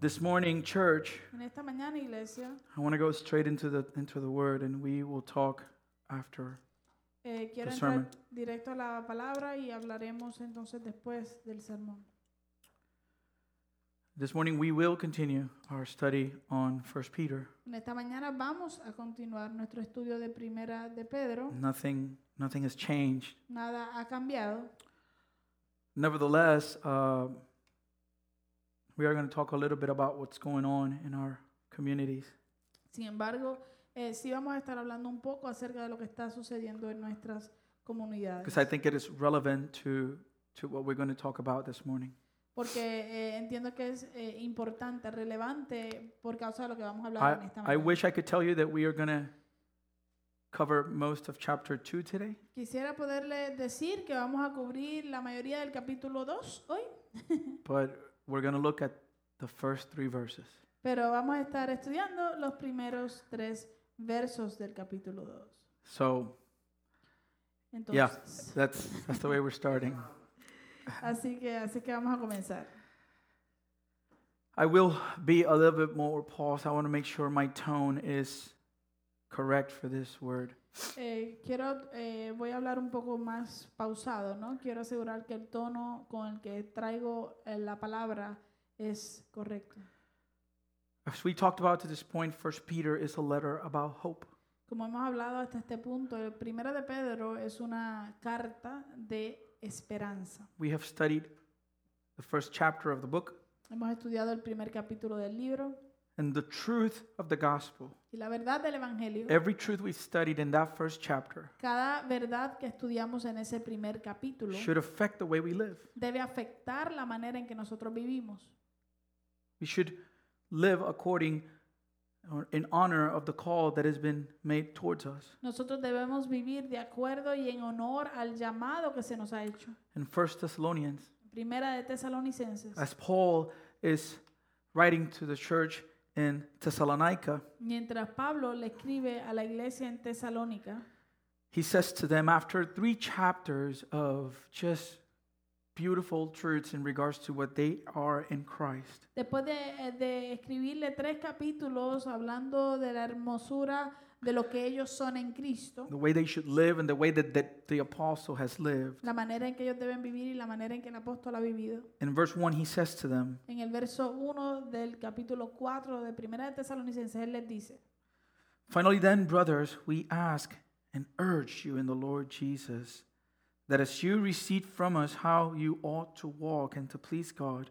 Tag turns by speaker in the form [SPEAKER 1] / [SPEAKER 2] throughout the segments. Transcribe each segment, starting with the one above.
[SPEAKER 1] This morning, church,
[SPEAKER 2] En esta mañana, iglesia,
[SPEAKER 1] I want to go straight into the into the word and we will talk after.
[SPEAKER 2] eh, quiero
[SPEAKER 1] The
[SPEAKER 2] entrar directo a la palabra y hablaremos entonces después del sermón.
[SPEAKER 1] This morning we will continue our study on 1 Peter.
[SPEAKER 2] En esta mañana vamos a continuar nuestro estudio de primera de Pedro.
[SPEAKER 1] Nothing nothing has changed.
[SPEAKER 2] Nada ha cambiado.
[SPEAKER 1] Nevertheless, uh, we are going to talk a little bit about what's going on in our communities.
[SPEAKER 2] Sin embargo, eh, sí vamos a estar hablando un poco acerca de lo que está sucediendo en nuestras comunidades.
[SPEAKER 1] because I think it is relevant to to what we're going to talk about this morning.
[SPEAKER 2] Porque eh, entiendo que es eh, importante, relevante, por causa de lo que vamos a hablar
[SPEAKER 1] I,
[SPEAKER 2] en esta
[SPEAKER 1] I
[SPEAKER 2] mañana.
[SPEAKER 1] wish I could tell you that we are going to cover most of chapter 2 today,
[SPEAKER 2] Quisiera poderle decir que vamos a cubrir la mayoría del capítulo 2 hoy,
[SPEAKER 1] but we're going to look at the first 3 verses.
[SPEAKER 2] pero vamos a estar estudiando los primeros tres versos del capítulo 2.
[SPEAKER 1] So, Yeah.
[SPEAKER 2] Entonces,
[SPEAKER 1] that's that's the way we're starting.
[SPEAKER 2] así, que, así que vamos a comenzar.
[SPEAKER 1] I will be a little bit more paused. I want to make sure my tone is correct for this word.
[SPEAKER 2] Eh, quiero, eh, voy a hablar un poco más pausado, ¿no? Quiero asegurar que el tono con el que traigo eh, la palabra es correcto.
[SPEAKER 1] As we talked about to this point, First Peter is a letter about hope.
[SPEAKER 2] Como hemos hablado hasta este punto, el primero de Pedro es una carta de esperanza.
[SPEAKER 1] We have studied the first chapter of the book
[SPEAKER 2] Hemos estudiado el primer capítulo del libro
[SPEAKER 1] and the truth of the gospel.
[SPEAKER 2] y la verdad del Evangelio.
[SPEAKER 1] Every truth we studied in that first chapter
[SPEAKER 2] Cada verdad que estudiamos en ese primer capítulo
[SPEAKER 1] should affect the way we live.
[SPEAKER 2] debe afectar la manera en que nosotros vivimos.
[SPEAKER 1] We should live according or in honor of the call that has been made towards us.
[SPEAKER 2] Nosotros debemos vivir de acuerdo y en honor al llamado que se nos ha hecho.
[SPEAKER 1] In First Thessalonians,
[SPEAKER 2] Primera de Tesalonicenses.
[SPEAKER 1] as Paul is writing to the church in Thessalonica,
[SPEAKER 2] Mientras Pablo le escribe a la iglesia en Tesalónica,
[SPEAKER 1] he says to them after three chapters of just beautiful truths in regards to what they are in Christ.
[SPEAKER 2] después de, de escribirle tres capítulos hablando de la hermosura de lo que ellos son en Cristo,
[SPEAKER 1] the way they should live and the way that, that the apostle has lived.
[SPEAKER 2] la manera en que ellos deben vivir y la manera en que el apóstol ha vivido.
[SPEAKER 1] In verse 1, he says to them,
[SPEAKER 2] En el verso 1 del capítulo 4 de Primera de Tesalonicenses, él les dice,
[SPEAKER 1] Finally, then, brothers, we ask and urge you in the Lord Jesus that as you receive from us how you ought to walk and to please God,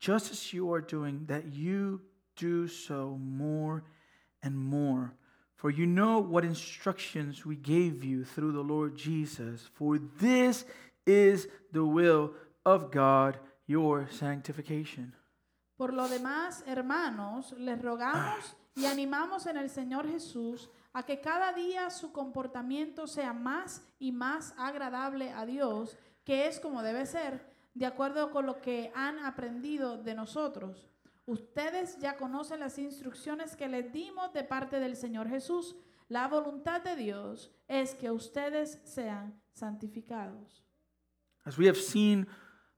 [SPEAKER 1] just as you are doing, that you do so more and more. For you know what instructions we gave you through the Lord Jesus. For this is the will of God, your sanctification.
[SPEAKER 2] Por lo demás, hermanos, les rogamos y animamos en el Señor Jesús a que cada día su comportamiento sea más y más agradable a Dios, que es como debe ser, de acuerdo con lo que han aprendido de nosotros. Ustedes ya conocen las instrucciones que les dimos de parte del Señor Jesús. La voluntad de Dios es que ustedes sean santificados.
[SPEAKER 1] As we have seen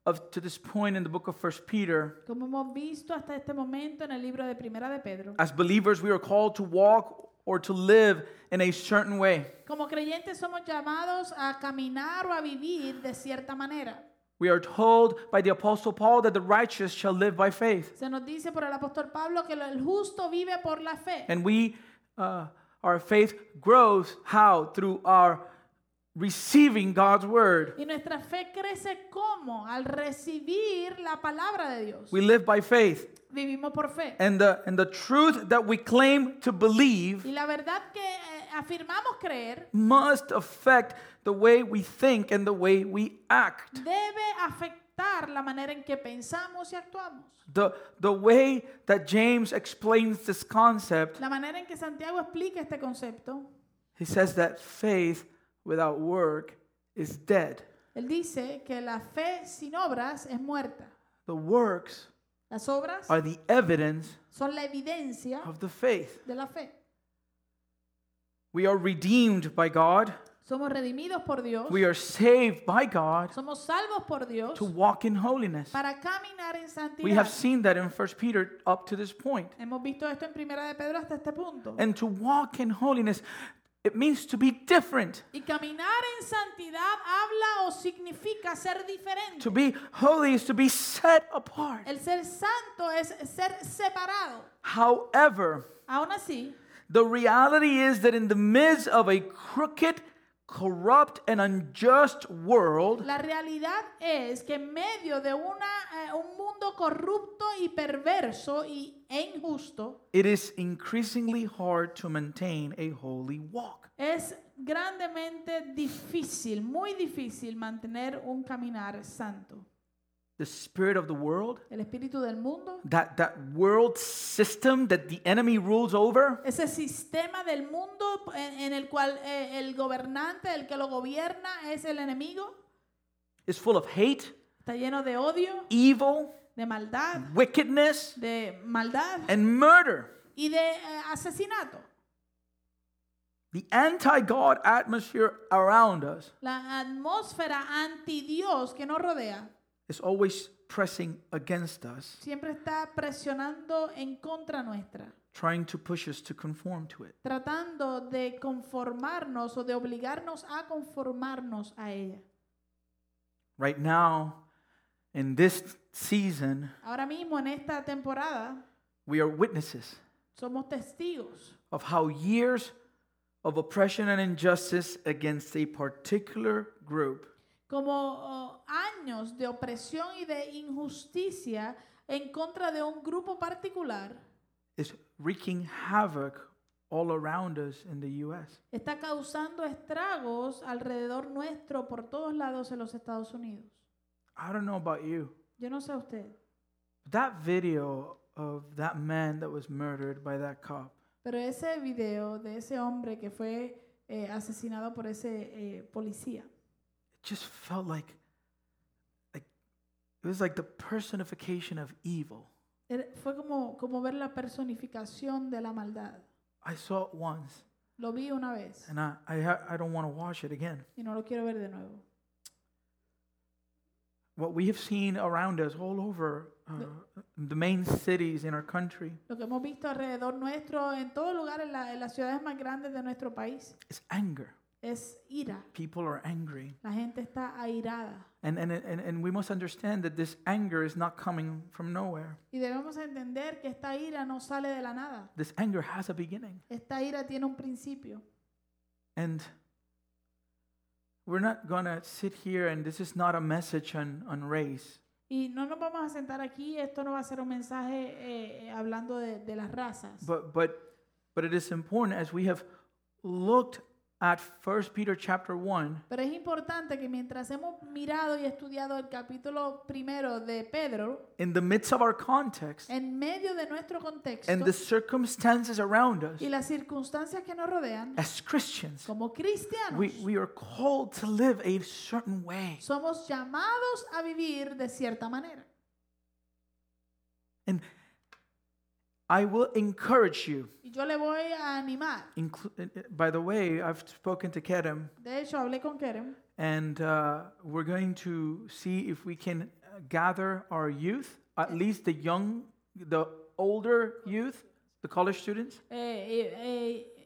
[SPEAKER 1] up to this point in the book of First Peter,
[SPEAKER 2] Como hemos visto hasta este momento en el libro de Primera de Pedro,
[SPEAKER 1] as believers, we are called to walk or to live in a certain way.
[SPEAKER 2] Como creyentes somos llamados a caminar o a vivir de cierta manera.
[SPEAKER 1] We are told by the Apostle Paul that the righteous shall live by faith.
[SPEAKER 2] Se nos dice por el apóstol Pablo que lo- el justo vive por la fe.
[SPEAKER 1] And we, uh, our faith grows how? Through our receiving God's word.
[SPEAKER 2] Y nuestra fe crece como al recibir la palabra de Dios.
[SPEAKER 1] We live by faith.
[SPEAKER 2] Vivimos por fe.
[SPEAKER 1] And the, and the truth that we claim to believe
[SPEAKER 2] Y la verdad que eh, afirmamos creer
[SPEAKER 1] must affect the way we think and the way we act.
[SPEAKER 2] debe afectar la manera en que pensamos y actuamos.
[SPEAKER 1] The, the way that James explains this concept,
[SPEAKER 2] La manera en que Santiago explica este concepto.
[SPEAKER 1] he says that faith without work is dead.
[SPEAKER 2] Él dice que la fe sin obras es muerta.
[SPEAKER 1] The works
[SPEAKER 2] Las obras
[SPEAKER 1] are the evidence
[SPEAKER 2] son la evidencia
[SPEAKER 1] of the faith.
[SPEAKER 2] de la fe.
[SPEAKER 1] We are redeemed by God
[SPEAKER 2] Somos redimidos por Dios.
[SPEAKER 1] We are saved by God
[SPEAKER 2] Somos salvos por Dios
[SPEAKER 1] to walk in holiness.
[SPEAKER 2] para caminar en
[SPEAKER 1] We have
[SPEAKER 2] santidad.
[SPEAKER 1] seen that in 1 Peter up to this point.
[SPEAKER 2] Hemos visto esto en Primera de Pedro hasta este punto.
[SPEAKER 1] And to walk in holiness, it means to be different,
[SPEAKER 2] Y caminar en santidad habla o significa ser diferente.
[SPEAKER 1] to be holy is to be set apart.
[SPEAKER 2] El ser santo es ser separado.
[SPEAKER 1] However,
[SPEAKER 2] Aún así,
[SPEAKER 1] the reality is that in the midst of a crooked, corrupt, and unjust world,
[SPEAKER 2] la realidad es que en medio de una, eh, un mundo corrupto y perverso y, e injusto,
[SPEAKER 1] it is increasingly hard to maintain a holy walk.
[SPEAKER 2] es grandemente difícil, muy difícil mantener un caminar santo.
[SPEAKER 1] The spirit of the world,
[SPEAKER 2] El espíritu del mundo,
[SPEAKER 1] that, that world system that the enemy rules over,
[SPEAKER 2] ese sistema del mundo en, en el cual eh, el gobernante, el que lo gobierna, es el enemigo,
[SPEAKER 1] is full of hate,
[SPEAKER 2] está lleno de odio,
[SPEAKER 1] evil,
[SPEAKER 2] de maldad,
[SPEAKER 1] wickedness,
[SPEAKER 2] de maldad
[SPEAKER 1] and murder.
[SPEAKER 2] y de eh, asesinato.
[SPEAKER 1] The anti God atmosphere around us
[SPEAKER 2] La atmósfera anti Dios que nos rodea
[SPEAKER 1] is always pressing against us,
[SPEAKER 2] siempre está presionando en contra nuestra,
[SPEAKER 1] trying to push us to conform to it.
[SPEAKER 2] tratando de conformarnos o de obligarnos a conformarnos a ella.
[SPEAKER 1] Right now, in this season,
[SPEAKER 2] Ahora mismo en esta temporada
[SPEAKER 1] we are witnesses
[SPEAKER 2] somos testigos
[SPEAKER 1] of how years of oppression and injustice against a particular group
[SPEAKER 2] como oh, años de opresión y de injusticia en contra de un grupo particular
[SPEAKER 1] is wreaking havoc all around us in the US.
[SPEAKER 2] está causando estragos alrededor nuestro por todos lados en los Estados Unidos.
[SPEAKER 1] I don't know about you,
[SPEAKER 2] Yo no sé usted,
[SPEAKER 1] but that video of that man that was murdered by that cop
[SPEAKER 2] pero ese video de ese hombre que fue eh, asesinado por ese eh, policía,
[SPEAKER 1] it just felt like like it was like the personification of evil
[SPEAKER 2] era- fue como, como ver la personificación de la maldad.
[SPEAKER 1] i saw it once
[SPEAKER 2] Lo vi una vez
[SPEAKER 1] and i i, ha- I don't want to watch it again
[SPEAKER 2] y no lo quiero ver de nuevo.
[SPEAKER 1] what we have seen around us all over uh, the main cities in our country
[SPEAKER 2] Lo que hemos visto alrededor nuestro, en todo lugar, en, la- en las ciudades más grandes de nuestro país,
[SPEAKER 1] is anger
[SPEAKER 2] es ira.
[SPEAKER 1] people are angry
[SPEAKER 2] La gente está airada.
[SPEAKER 1] and, and and and we must understand that this anger is not coming from nowhere
[SPEAKER 2] Y debemos entender que esta ira no sale de la nada.
[SPEAKER 1] this anger has a beginning
[SPEAKER 2] Esta ira tiene un principio.
[SPEAKER 1] and we're not gonna sit here and this is not a message on, on race
[SPEAKER 2] Y no nos vamos a sentar aquí, esto no va a ser un mensaje eh, eh, hablando de, de las razas.
[SPEAKER 1] But but but it is important as we have looked at 1 Peter chapter 1
[SPEAKER 2] Pero es importante que mientras hemos mirado y estudiado el capítulo primero de Pedro,
[SPEAKER 1] in the midst of our context
[SPEAKER 2] en medio de nuestro contexto
[SPEAKER 1] and the circumstances around us
[SPEAKER 2] y las circunstancias que nos rodean,
[SPEAKER 1] as Christians
[SPEAKER 2] como
[SPEAKER 1] we,
[SPEAKER 2] cristianos,
[SPEAKER 1] we are called to live a certain way
[SPEAKER 2] somos llamados a vivir de cierta manera.
[SPEAKER 1] and I will encourage you
[SPEAKER 2] Y yo le voy a animar.
[SPEAKER 1] inclu- uh, by the way I've spoken to Kerem
[SPEAKER 2] De hecho, hablé con Kerem
[SPEAKER 1] and uh, we're going to see if we can uh, gather our youth at least the young the older youth the college students
[SPEAKER 2] eh, eh,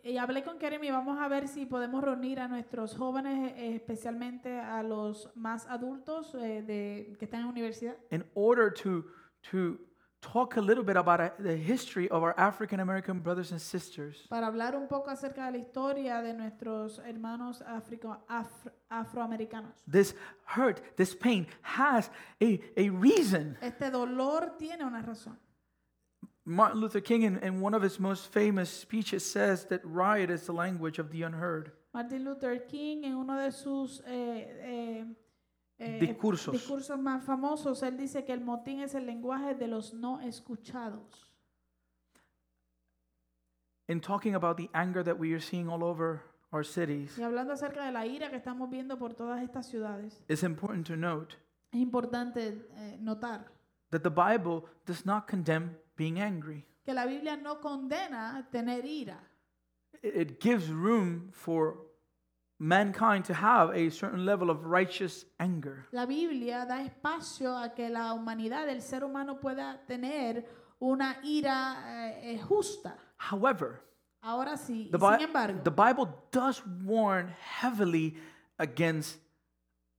[SPEAKER 2] eh, y hablé con Kerem y vamos a ver si podemos reunir a nuestros jóvenes, eh, especialmente a los más adultos eh, de, que están en universidad.
[SPEAKER 1] in order to to talk a little bit about uh, the history of our African American brothers and sisters
[SPEAKER 2] para hablar un poco acerca de la historia de nuestros hermanos africo- afro- afroamericanos.
[SPEAKER 1] this hurt this pain has a, a reason
[SPEAKER 2] Este dolor tiene una razón.
[SPEAKER 1] Martin Luther King in, in one of his most famous speeches says that riot is the language of the unheard
[SPEAKER 2] Martin Luther King en uno de sus eh, eh, eh,
[SPEAKER 1] Discursos.
[SPEAKER 2] discursos más famosos, él dice que el motín es el lenguaje de los no escuchados.
[SPEAKER 1] in talking about the anger that we are seeing all over our cities
[SPEAKER 2] Y hablando acerca de la ira que estamos viendo por todas estas ciudades,
[SPEAKER 1] it's important to note
[SPEAKER 2] es importante eh, notar
[SPEAKER 1] that the Bible does not condemn being angry
[SPEAKER 2] que la Biblia no condena tener ira.
[SPEAKER 1] it, it gives room for mankind to have a certain level of righteous anger.
[SPEAKER 2] La Biblia da espacio a que la humanidad, el ser humano pueda tener una ira eh, eh, justa.
[SPEAKER 1] However,
[SPEAKER 2] Ahora sí, y
[SPEAKER 1] the,
[SPEAKER 2] sin
[SPEAKER 1] Bi-
[SPEAKER 2] embargo,
[SPEAKER 1] the Bible does warn heavily against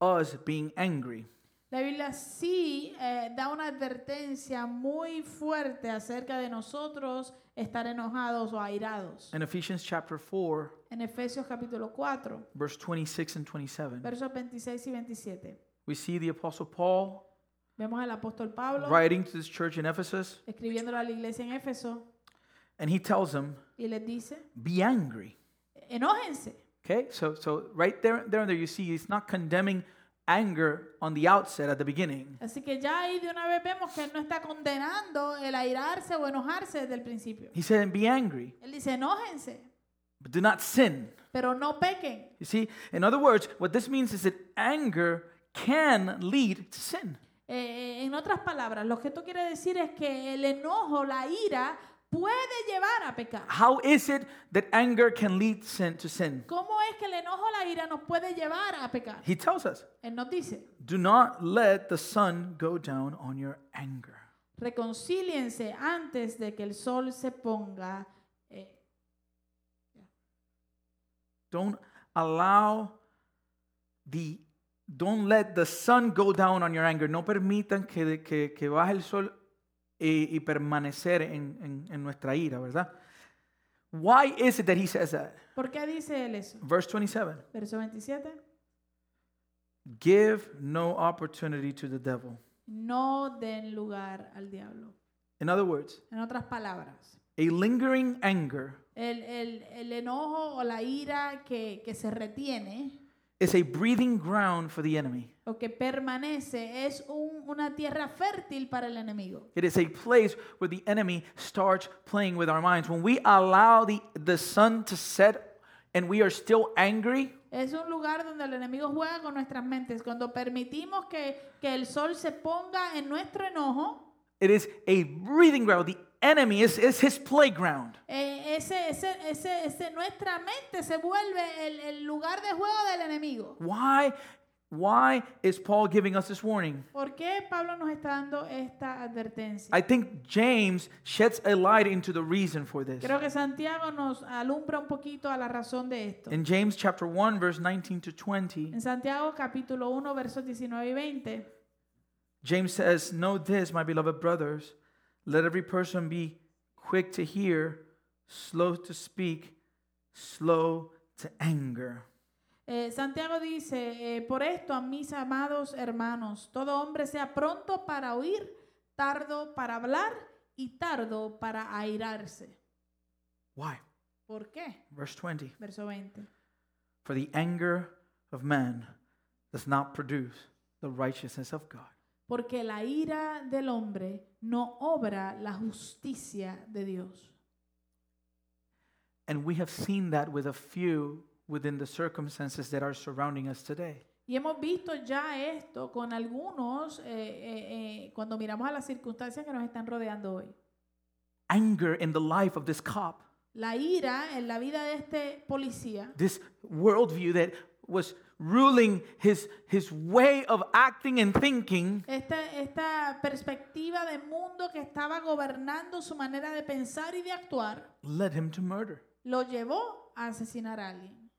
[SPEAKER 1] us being angry.
[SPEAKER 2] la Biblia sí eh, da una advertencia muy fuerte acerca de nosotros estar enojados o airados.
[SPEAKER 1] In Ephesians chapter 4,
[SPEAKER 2] En Efesios capítulo 4,
[SPEAKER 1] verse 26 and 27,
[SPEAKER 2] versos 26 y 27,
[SPEAKER 1] we see the apostle Paul
[SPEAKER 2] vemos al apóstol Pablo
[SPEAKER 1] writing to this church in Ephesus,
[SPEAKER 2] escribiéndolo a la iglesia en Éfeso
[SPEAKER 1] and he tells them,
[SPEAKER 2] y les dice,
[SPEAKER 1] "Be angry."
[SPEAKER 2] enójense.
[SPEAKER 1] Okay, so so right there, there and there, you see, it's not condemning anger on the outset at the beginning.
[SPEAKER 2] Así que ya ahí de una vez vemos que él no está condenando el airarse o enojarse desde el principio.
[SPEAKER 1] He said, "Be angry,
[SPEAKER 2] Él dice, enójense,
[SPEAKER 1] but do not sin."
[SPEAKER 2] pero no pequen.
[SPEAKER 1] You see, in other words, what this means is that anger can lead to sin.
[SPEAKER 2] Eh, eh, en otras palabras, lo que esto quiere decir es que el enojo, la ira, puede llevar a pecar.
[SPEAKER 1] How is it that anger can lead sin to sin?
[SPEAKER 2] ¿Cómo es que el enojo, la ira nos puede llevar a pecar?
[SPEAKER 1] He tells us,
[SPEAKER 2] Él nos dice,
[SPEAKER 1] "Do not let the sun go down on your anger."
[SPEAKER 2] reconcíliense antes de que el sol se ponga. eh,
[SPEAKER 1] Don't allow the don't let the sun go down on your anger. No permitan que, que, que baje el sol eh, y, y permanecer en, en, en nuestra ira, ¿verdad? Why is it that he says that?
[SPEAKER 2] ¿Por qué dice él eso?
[SPEAKER 1] Verse 27.
[SPEAKER 2] Verso 27.
[SPEAKER 1] Give no opportunity to the devil.
[SPEAKER 2] No den lugar al diablo.
[SPEAKER 1] In other words,
[SPEAKER 2] En otras palabras,
[SPEAKER 1] a lingering anger
[SPEAKER 2] el, el- el enojo o la ira que, que se retiene
[SPEAKER 1] is a breathing ground for the enemy.
[SPEAKER 2] o que permanece es un- una tierra fértil para el enemigo.
[SPEAKER 1] It is a place where the enemy starts playing with our minds. When we allow the, the sun to set and we are still angry,
[SPEAKER 2] Es un lugar donde el enemigo juega con nuestras mentes. Cuando permitimos que, que el sol se ponga en nuestro enojo,
[SPEAKER 1] it is a breathing ground. The enemy is, is his playground.
[SPEAKER 2] eh, ese, ese, ese, ese- nuestra mente se vuelve el, el lugar de juego del enemigo.
[SPEAKER 1] Why, why is Paul giving us this warning?
[SPEAKER 2] ¿Por qué Pablo nos está dando esta advertencia?
[SPEAKER 1] I think James sheds a light into the reason for this.
[SPEAKER 2] Creo que Santiago nos alumbra un poquito a la razón de esto.
[SPEAKER 1] In James chapter 1, verse 19 to 20,
[SPEAKER 2] En Santiago capítulo 1 versos 19 y 20,
[SPEAKER 1] James says, Know this, my beloved brothers, let every person be quick to hear, slow to speak, slow to anger.
[SPEAKER 2] eh, Santiago dice, eh, por esto a mis amados hermanos, todo hombre sea pronto para oír, tardo para hablar y tardo para airarse.
[SPEAKER 1] Why?
[SPEAKER 2] ¿Por qué?
[SPEAKER 1] Verse 20.
[SPEAKER 2] Verso 20.
[SPEAKER 1] For the anger of man does not produce the righteousness of God.
[SPEAKER 2] Porque la ira del hombre no obra la justicia de Dios.
[SPEAKER 1] And we have seen that with a few within the circumstances that are surrounding us today.
[SPEAKER 2] Y hemos visto ya esto con algunos eh, eh, eh, cuando miramos a las circunstancias que nos están rodeando hoy.
[SPEAKER 1] Anger in the life of this cop,
[SPEAKER 2] La ira en la vida de este policía
[SPEAKER 1] this worldview that was ruling his, his way of acting and thinking,
[SPEAKER 2] Esta, esta perspectiva de mundo que estaba gobernando su manera de pensar y de actuar
[SPEAKER 1] led him to murder.
[SPEAKER 2] lo llevó a asesinar a alguien.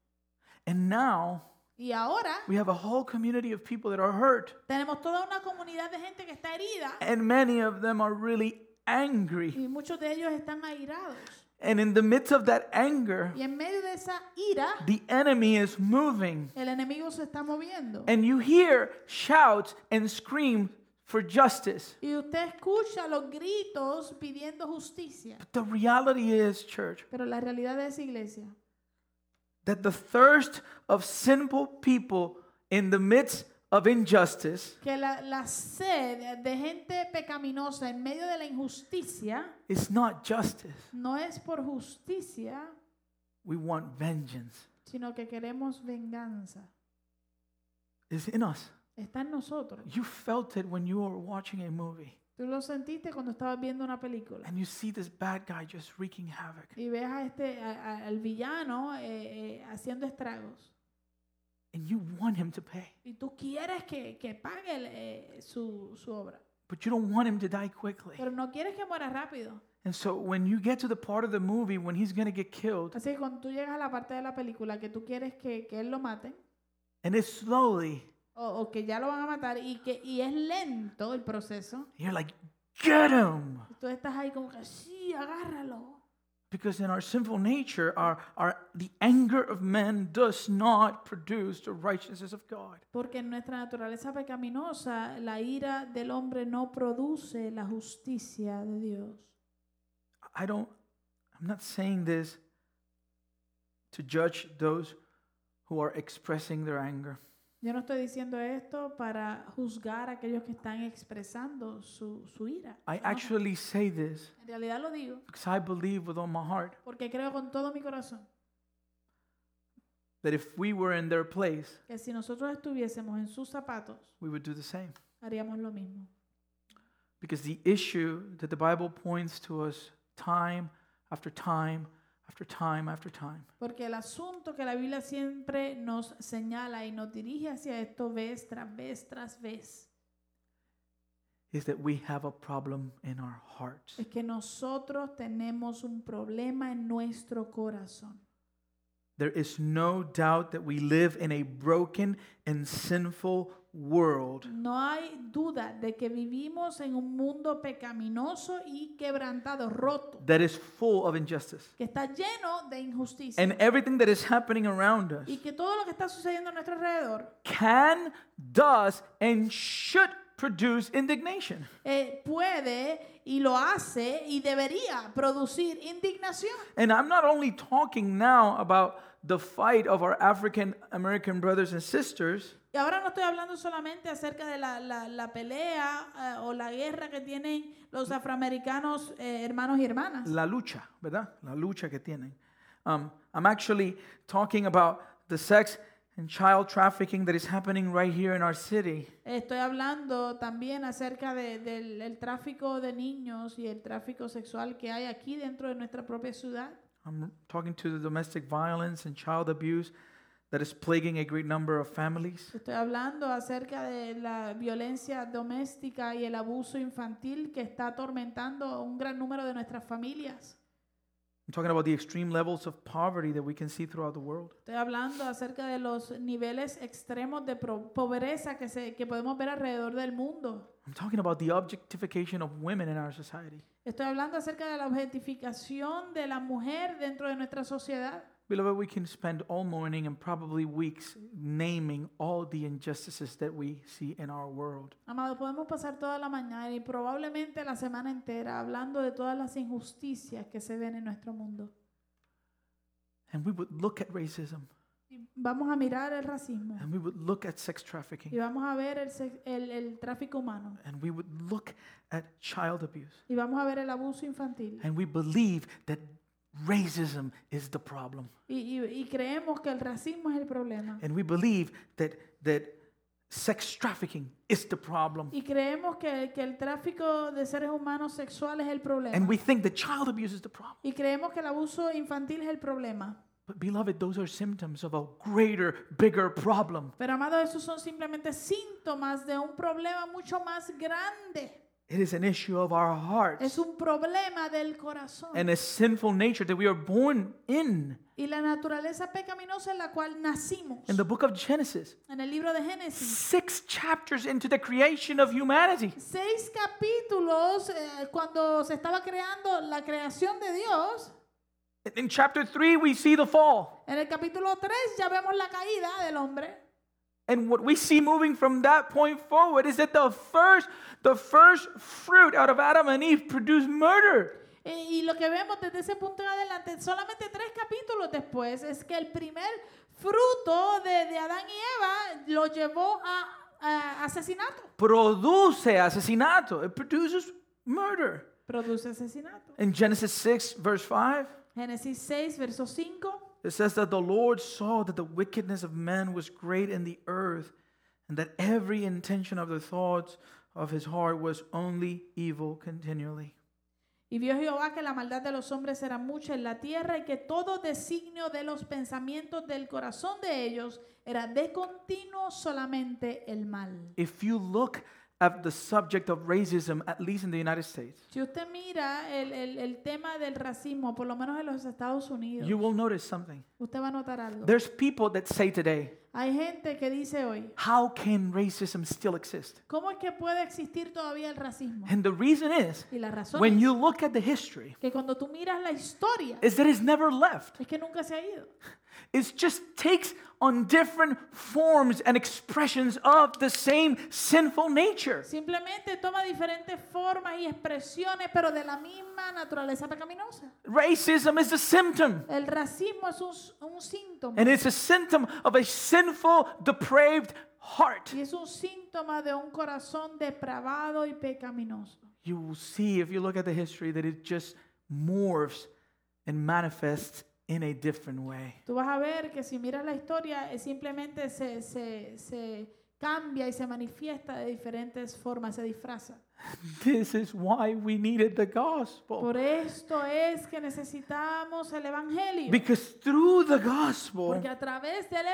[SPEAKER 1] And now
[SPEAKER 2] Y ahora
[SPEAKER 1] we have a whole community of people that are hurt,
[SPEAKER 2] tenemos toda una comunidad de gente que está herida
[SPEAKER 1] and many of them are really angry.
[SPEAKER 2] y muchos de ellos están airados.
[SPEAKER 1] And in the midst of that anger,
[SPEAKER 2] Y en medio de esa ira,
[SPEAKER 1] the enemy is moving.
[SPEAKER 2] el enemigo se está moviendo.
[SPEAKER 1] And you hear shouts and screams for justice.
[SPEAKER 2] Y usted escucha los gritos pidiendo justicia.
[SPEAKER 1] The reality is, church,
[SPEAKER 2] Pero la realidad de esa iglesia
[SPEAKER 1] that the thirst of sinful people in the midst of injustice
[SPEAKER 2] que la, la sed de gente pecaminosa en medio de la injusticia
[SPEAKER 1] is not justice.
[SPEAKER 2] no es por justicia,
[SPEAKER 1] We want vengeance.
[SPEAKER 2] sino que queremos venganza.
[SPEAKER 1] It's in us.
[SPEAKER 2] Está en nosotros.
[SPEAKER 1] You felt it when you were watching a movie
[SPEAKER 2] Tú lo sentiste cuando estabas viendo una película
[SPEAKER 1] and you see this bad guy just wreaking havoc.
[SPEAKER 2] y ves a este, a- a- al villano eh, eh, haciendo estragos.
[SPEAKER 1] and you want him to pay,
[SPEAKER 2] y tú quieres que, que pague el, eh, su, su obra,
[SPEAKER 1] but you don't want him to die quickly.
[SPEAKER 2] pero no quieres que muera rápido.
[SPEAKER 1] And so when you get to the part of the movie when he's going to get killed,
[SPEAKER 2] Así que cuando tú llegas a la parte de la película que tú quieres que, que él lo maten,
[SPEAKER 1] and it's slowly,
[SPEAKER 2] o, o que ya lo van a matar, y, que, y es lento el proceso,
[SPEAKER 1] you're like, get him!
[SPEAKER 2] tú estás ahí como que, sí, agárralo.
[SPEAKER 1] Because in our sinful nature, our, our, the anger of men does not produce the righteousness of God.
[SPEAKER 2] Porque en nuestra naturaleza pecaminosa, la ira del hombre no produce la justicia de Dios.
[SPEAKER 1] I don't, I'm not saying this to judge those who are expressing their anger.
[SPEAKER 2] Yo no estoy diciendo esto para juzgar a aquellos que están expresando su, su ira.
[SPEAKER 1] I
[SPEAKER 2] su enojo.
[SPEAKER 1] actually say this
[SPEAKER 2] en realidad lo digo
[SPEAKER 1] because I believe with all my heart
[SPEAKER 2] porque creo con todo mi corazón
[SPEAKER 1] that if we were in their place,
[SPEAKER 2] que si nosotros estuviésemos en sus zapatos,
[SPEAKER 1] we would do the same.
[SPEAKER 2] haríamos lo mismo.
[SPEAKER 1] Because the issue that the Bible points to us time after time after time after time
[SPEAKER 2] Porque el asunto que la Biblia siempre nos señala y nos dirige hacia esto vez tras vez tras vez
[SPEAKER 1] is that we have a problem in our hearts.
[SPEAKER 2] es que nosotros tenemos un problema en nuestro corazón.
[SPEAKER 1] There is no doubt that we live in a broken and sinful world.
[SPEAKER 2] No hay duda de que vivimos en un mundo pecaminoso y quebrantado, roto,
[SPEAKER 1] that is full of injustice.
[SPEAKER 2] que está lleno de injusticia
[SPEAKER 1] And everything that is happening around us
[SPEAKER 2] y que todo lo que está sucediendo a nuestro alrededor
[SPEAKER 1] can, does, and should produce indignation.
[SPEAKER 2] eh, puede y lo hace y debería producir indignación.
[SPEAKER 1] And I'm not only talking now about the fight of our African American brothers and sisters,
[SPEAKER 2] Y ahora no estoy hablando solamente acerca de la, la- la pelea eh, o la guerra que tienen los afroamericanos eh, hermanos y hermanas,
[SPEAKER 1] la lucha, ¿verdad? La lucha que tienen. Um, I'm actually talking about the sex and child trafficking that is happening right here in our city.
[SPEAKER 2] estoy hablando también acerca de- del el tráfico de niños y el tráfico sexual que hay aquí dentro de nuestra propia ciudad.
[SPEAKER 1] I'm talking to the domestic violence and child abuse that is plaguing a great number of families.
[SPEAKER 2] Estoy hablando acerca de la violencia doméstica y el abuso infantil que está atormentando a un gran número de nuestras familias.
[SPEAKER 1] I'm talking about the extreme levels of poverty that we can see throughout the world.
[SPEAKER 2] Estoy hablando acerca de los niveles extremos de pro- pobreza que, se, que podemos ver alrededor del mundo.
[SPEAKER 1] I'm talking about the objectification of women in our society.
[SPEAKER 2] Estoy hablando acerca de la objetificación de la mujer dentro de nuestra sociedad.
[SPEAKER 1] Beloved, we can spend all morning and probably weeks naming all the injustices that we see in our world.
[SPEAKER 2] Amado, podemos pasar toda la mañana y probablemente la semana entera hablando de todas las injusticias que se ven en nuestro mundo.
[SPEAKER 1] And we would look at racism,
[SPEAKER 2] Y Vamos a mirar el racismo
[SPEAKER 1] and we would look at sex
[SPEAKER 2] y
[SPEAKER 1] trafficking,
[SPEAKER 2] vamos a ver el, sex- el- el tráfico humano
[SPEAKER 1] and we would look at child abuse.
[SPEAKER 2] y vamos a ver el abuso infantil.
[SPEAKER 1] And we believe that racism is the problem.
[SPEAKER 2] Y, y- y creemos que el racismo es el problema.
[SPEAKER 1] And we believe that, that sex trafficking is the problem.
[SPEAKER 2] Y creemos que, que el tráfico de seres humanos sexuales es el
[SPEAKER 1] And
[SPEAKER 2] problema.
[SPEAKER 1] we think that child abuse is the problem.
[SPEAKER 2] Y creemos que el abuso infantil es el problema.
[SPEAKER 1] But beloved, those are symptoms of a greater, bigger problem.
[SPEAKER 2] Pero amados, esos son simplemente síntomas de un problema mucho más grande.
[SPEAKER 1] It is an issue of our hearts
[SPEAKER 2] Es un problema del corazón.
[SPEAKER 1] and a sinful nature that we are born in.
[SPEAKER 2] Y la naturaleza pecaminosa en la cual nacimos.
[SPEAKER 1] In the book of Genesis,
[SPEAKER 2] En el libro de Génesis.
[SPEAKER 1] six chapters into the creation of humanity,
[SPEAKER 2] Seis capítulos eh, cuando se estaba creando la creación de Dios.
[SPEAKER 1] in chapter three, we see the fall.
[SPEAKER 2] En el capítulo 3 ya vemos la caída del hombre.
[SPEAKER 1] And what we see moving from that point forward is that the first, the first fruit out of Adam and Eve produced murder.
[SPEAKER 2] Eh, Y lo que vemos desde ese punto en adelante, solamente tres capítulos después, es que el primer fruto de, de Adán y Eva lo llevó a, a asesinato.
[SPEAKER 1] Produce asesinato. It produces murder.
[SPEAKER 2] Produce asesinato.
[SPEAKER 1] In Genesis 6, verse 5,
[SPEAKER 2] Génesis 6, verso 5.
[SPEAKER 1] It says that the Lord saw that the wickedness of man was great in the earth, and that every intention of the thoughts of his heart was only evil continually.
[SPEAKER 2] Y vio Jehová que la maldad de los hombres era mucha en la tierra y que todo designio de los pensamientos del corazón de ellos era de continuo solamente el mal.
[SPEAKER 1] If you look at the subject of racism, at least in the United States,
[SPEAKER 2] Si usted mira el, el- el tema del racismo, por lo menos en los Estados Unidos,
[SPEAKER 1] you will notice something.
[SPEAKER 2] usted va a notar algo.
[SPEAKER 1] There's people that say today,
[SPEAKER 2] Hay gente que dice hoy,
[SPEAKER 1] how can racism still exist?
[SPEAKER 2] ¿cómo es que puede existir todavía el racismo?
[SPEAKER 1] And the reason is,
[SPEAKER 2] Y la razón
[SPEAKER 1] when
[SPEAKER 2] es
[SPEAKER 1] you look at the history,
[SPEAKER 2] que cuando tú miras la historia,
[SPEAKER 1] is that it's never left.
[SPEAKER 2] es que nunca se ha ido.
[SPEAKER 1] It just takes on different forms and expressions of the same sinful nature.
[SPEAKER 2] Simplemente toma diferentes formas y expresiones, pero de la misma naturaleza pecaminosa.
[SPEAKER 1] Racism is a symptom,
[SPEAKER 2] El racismo es un, s- un síntoma
[SPEAKER 1] and it's a symptom of a sinful, depraved heart.
[SPEAKER 2] y es un síntoma de un corazón depravado y pecaminoso.
[SPEAKER 1] You will see if you look at the history that it just morphs and manifests in a different way.
[SPEAKER 2] Tú vas a ver que si miras la historia, eh, simplemente se, se, se cambia y se manifiesta de diferentes formas, se disfraza.
[SPEAKER 1] This is why we needed the gospel.
[SPEAKER 2] Por esto es que necesitamos el Evangelio.
[SPEAKER 1] Because through the gospel,
[SPEAKER 2] Porque a través del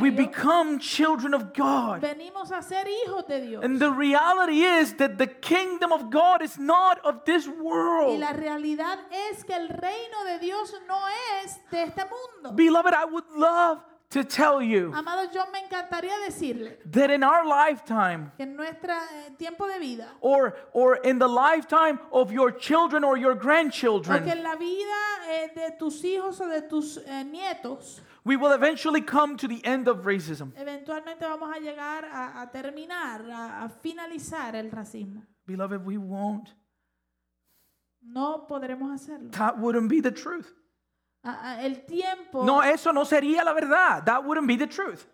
[SPEAKER 1] we
[SPEAKER 2] Evangelio
[SPEAKER 1] become children of God.
[SPEAKER 2] venimos a ser hijos de Dios.
[SPEAKER 1] And the reality is that the kingdom of God is not of this
[SPEAKER 2] Y
[SPEAKER 1] world.
[SPEAKER 2] la realidad es que el reino de Dios no es de este mundo.
[SPEAKER 1] Beloved, I would love to tell you
[SPEAKER 2] Amados, yo me encantaría decirle
[SPEAKER 1] that in our lifetime,
[SPEAKER 2] que en nuestro tiempo de vida,
[SPEAKER 1] or, or in the lifetime of your children or your
[SPEAKER 2] o que
[SPEAKER 1] grandchildren,
[SPEAKER 2] en la vida eh, de tus hijos o de tus eh, nietos,
[SPEAKER 1] we will eventually come to the end of racism.
[SPEAKER 2] eventualmente vamos a llegar a, a terminar, a, a finalizar el racismo.
[SPEAKER 1] Beloved, we won't.
[SPEAKER 2] No podremos hacerlo.
[SPEAKER 1] That wouldn't be the truth.
[SPEAKER 2] A- a- el tiempo,
[SPEAKER 1] No, eh, eso no sería la verdad. That wouldn't be the truth.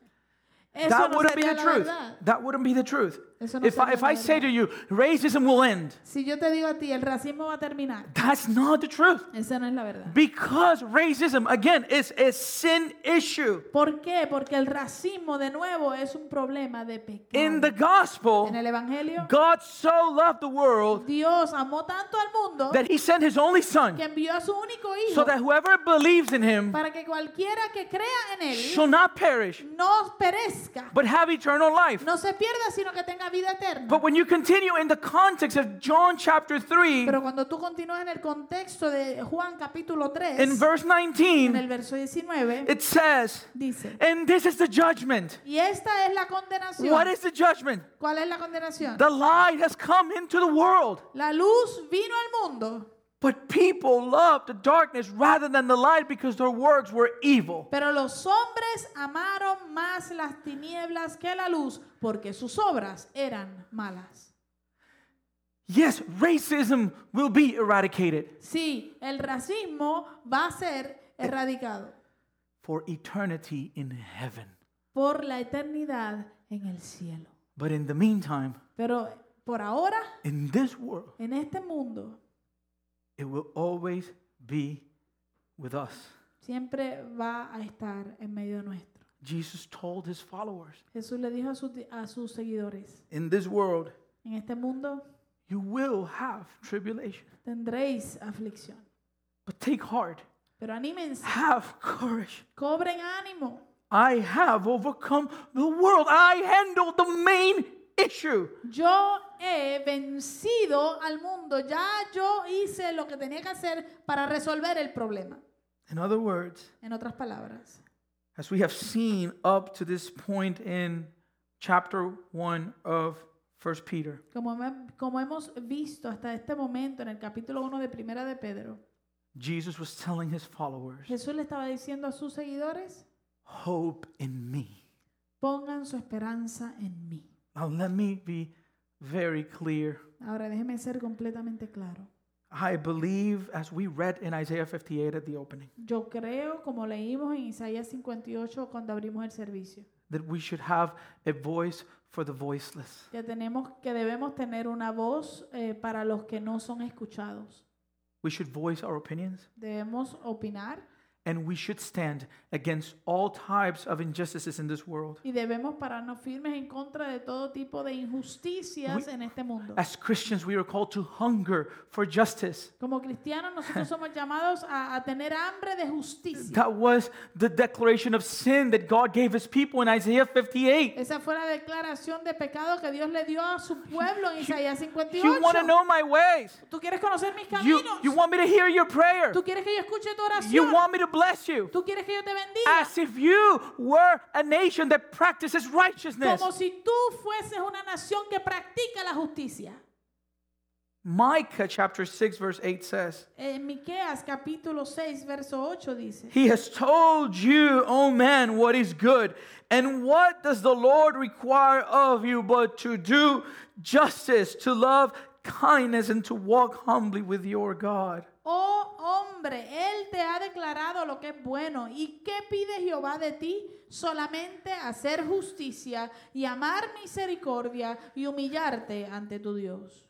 [SPEAKER 2] eso
[SPEAKER 1] that
[SPEAKER 2] no
[SPEAKER 1] wouldn't be
[SPEAKER 2] sería
[SPEAKER 1] the
[SPEAKER 2] la
[SPEAKER 1] truth.
[SPEAKER 2] verdad.
[SPEAKER 1] That wouldn't be the truth.
[SPEAKER 2] Eso no
[SPEAKER 1] if I,
[SPEAKER 2] sería
[SPEAKER 1] if
[SPEAKER 2] la
[SPEAKER 1] I say
[SPEAKER 2] verdad.
[SPEAKER 1] to you, racism will end,
[SPEAKER 2] Si yo te digo a ti, el racismo va a terminar,
[SPEAKER 1] that's not the truth.
[SPEAKER 2] esa no es la verdad.
[SPEAKER 1] Because racism, again, is a sin issue.
[SPEAKER 2] ¿Por qué? Porque el racismo de nuevo es un problema de
[SPEAKER 1] In
[SPEAKER 2] pecado.
[SPEAKER 1] the gospel,
[SPEAKER 2] En el evangelio,
[SPEAKER 1] God so loved the world
[SPEAKER 2] Dios amó tanto al mundo
[SPEAKER 1] that he sent his only son
[SPEAKER 2] que envió a su único
[SPEAKER 1] so
[SPEAKER 2] hijo
[SPEAKER 1] that whoever believes in him
[SPEAKER 2] para que cualquiera que crea en él
[SPEAKER 1] shall not perish
[SPEAKER 2] no perezca,
[SPEAKER 1] but have eternal life.
[SPEAKER 2] no se pierda, sino que tenga vida eterna.
[SPEAKER 1] But when you continue in the context of John chapter 3,
[SPEAKER 2] Pero cuando tú continúas en el contexto de Juan capítulo 3,
[SPEAKER 1] in verse
[SPEAKER 2] en
[SPEAKER 1] 19,
[SPEAKER 2] el verso 19,
[SPEAKER 1] it says,
[SPEAKER 2] dice,
[SPEAKER 1] And this is the judgment.
[SPEAKER 2] y esta es la
[SPEAKER 1] What
[SPEAKER 2] condenación.
[SPEAKER 1] is the judgment?
[SPEAKER 2] ¿Cuál es la condenación?
[SPEAKER 1] The light has come into the world,
[SPEAKER 2] La luz vino al mundo,
[SPEAKER 1] but people loved the darkness rather than the light because their works were evil.
[SPEAKER 2] Pero los hombres amaron más las tinieblas que la luz, porque sus obras eran malas.
[SPEAKER 1] Yes, racism will be eradicated
[SPEAKER 2] Sí, el racismo va a ser erradicado
[SPEAKER 1] for eternity in heaven.
[SPEAKER 2] por la eternidad en el cielo.
[SPEAKER 1] But in the meantime,
[SPEAKER 2] Pero por ahora,
[SPEAKER 1] in this world,
[SPEAKER 2] en este mundo,
[SPEAKER 1] it will always be with us.
[SPEAKER 2] siempre va a estar en medio nuestro.
[SPEAKER 1] Jesus told his followers,
[SPEAKER 2] Jesús le dijo a, sus di- a sus seguidores,
[SPEAKER 1] In this world,
[SPEAKER 2] en este mundo
[SPEAKER 1] you will have tribulation,
[SPEAKER 2] tendréis aflicción,
[SPEAKER 1] but take heart,
[SPEAKER 2] pero anímense,
[SPEAKER 1] have courage.
[SPEAKER 2] cobren ánimo.
[SPEAKER 1] I have overcome the world. I handled the main issue.
[SPEAKER 2] Yo he vencido al mundo. Ya yo hice lo que tenía que hacer para resolver el problema.
[SPEAKER 1] In other words,
[SPEAKER 2] En otras palabras,
[SPEAKER 1] as we have seen up to this point in chapter 1 of 1 Peter,
[SPEAKER 2] como, heme- como hemos visto hasta este momento en el capítulo 1 de Primera de Pedro,
[SPEAKER 1] Jesus was telling his followers,
[SPEAKER 2] Jesús le estaba diciendo a sus seguidores,
[SPEAKER 1] Hope in me.
[SPEAKER 2] pongan su esperanza en mí.
[SPEAKER 1] Now, let me be very clear.
[SPEAKER 2] Ahora déjeme ser completamente claro.
[SPEAKER 1] I believe, as we read in Isaiah 58 at the opening,
[SPEAKER 2] Yo creo, como leímos en Isaías 58 cuando abrimos el servicio,
[SPEAKER 1] that we should have a voice for the voiceless.
[SPEAKER 2] que tenemos que debemos tener una voz eh, para los que no son escuchados.
[SPEAKER 1] We should voice our opinions,
[SPEAKER 2] Debemos opinar
[SPEAKER 1] and we should stand against all types of injustices in this world.
[SPEAKER 2] Y debemos pararnos firmes en contra de todo tipo de injusticias en este mundo.
[SPEAKER 1] As Christians, we are called to hunger for justice.
[SPEAKER 2] Como cristianos nosotros somos llamados a, a tener hambre de justicia.
[SPEAKER 1] That was the declaration of sin that God gave his people in Isaiah 58.
[SPEAKER 2] Esa fue la declaración de pecado que Dios le dio a su pueblo en Isaías
[SPEAKER 1] You want to
[SPEAKER 2] 58.
[SPEAKER 1] know my ways.
[SPEAKER 2] Tú quieres conocer mis
[SPEAKER 1] You,
[SPEAKER 2] caminos.
[SPEAKER 1] you want me to hear your prayer.
[SPEAKER 2] Tú quieres que yo escuche tu
[SPEAKER 1] You
[SPEAKER 2] oración.
[SPEAKER 1] want me to bless you.
[SPEAKER 2] Tú quieres que yo te bendiga.
[SPEAKER 1] As if you were a nation that practices righteousness.
[SPEAKER 2] Como si tú fueses una nación que practica la justicia.
[SPEAKER 1] Micah chapter 6, verse 8 says,
[SPEAKER 2] En Miqueas capítulo 6 verso 8 dice,
[SPEAKER 1] He has told you, O man, what is good. And what does the Lord require of you but to do justice, to love kindness, and to walk humbly with your God?
[SPEAKER 2] Oh hombre, él te ha declarado lo que es bueno. ¿Y qué pide Jehová de ti? Solamente hacer justicia y amar misericordia y humillarte ante tu Dios.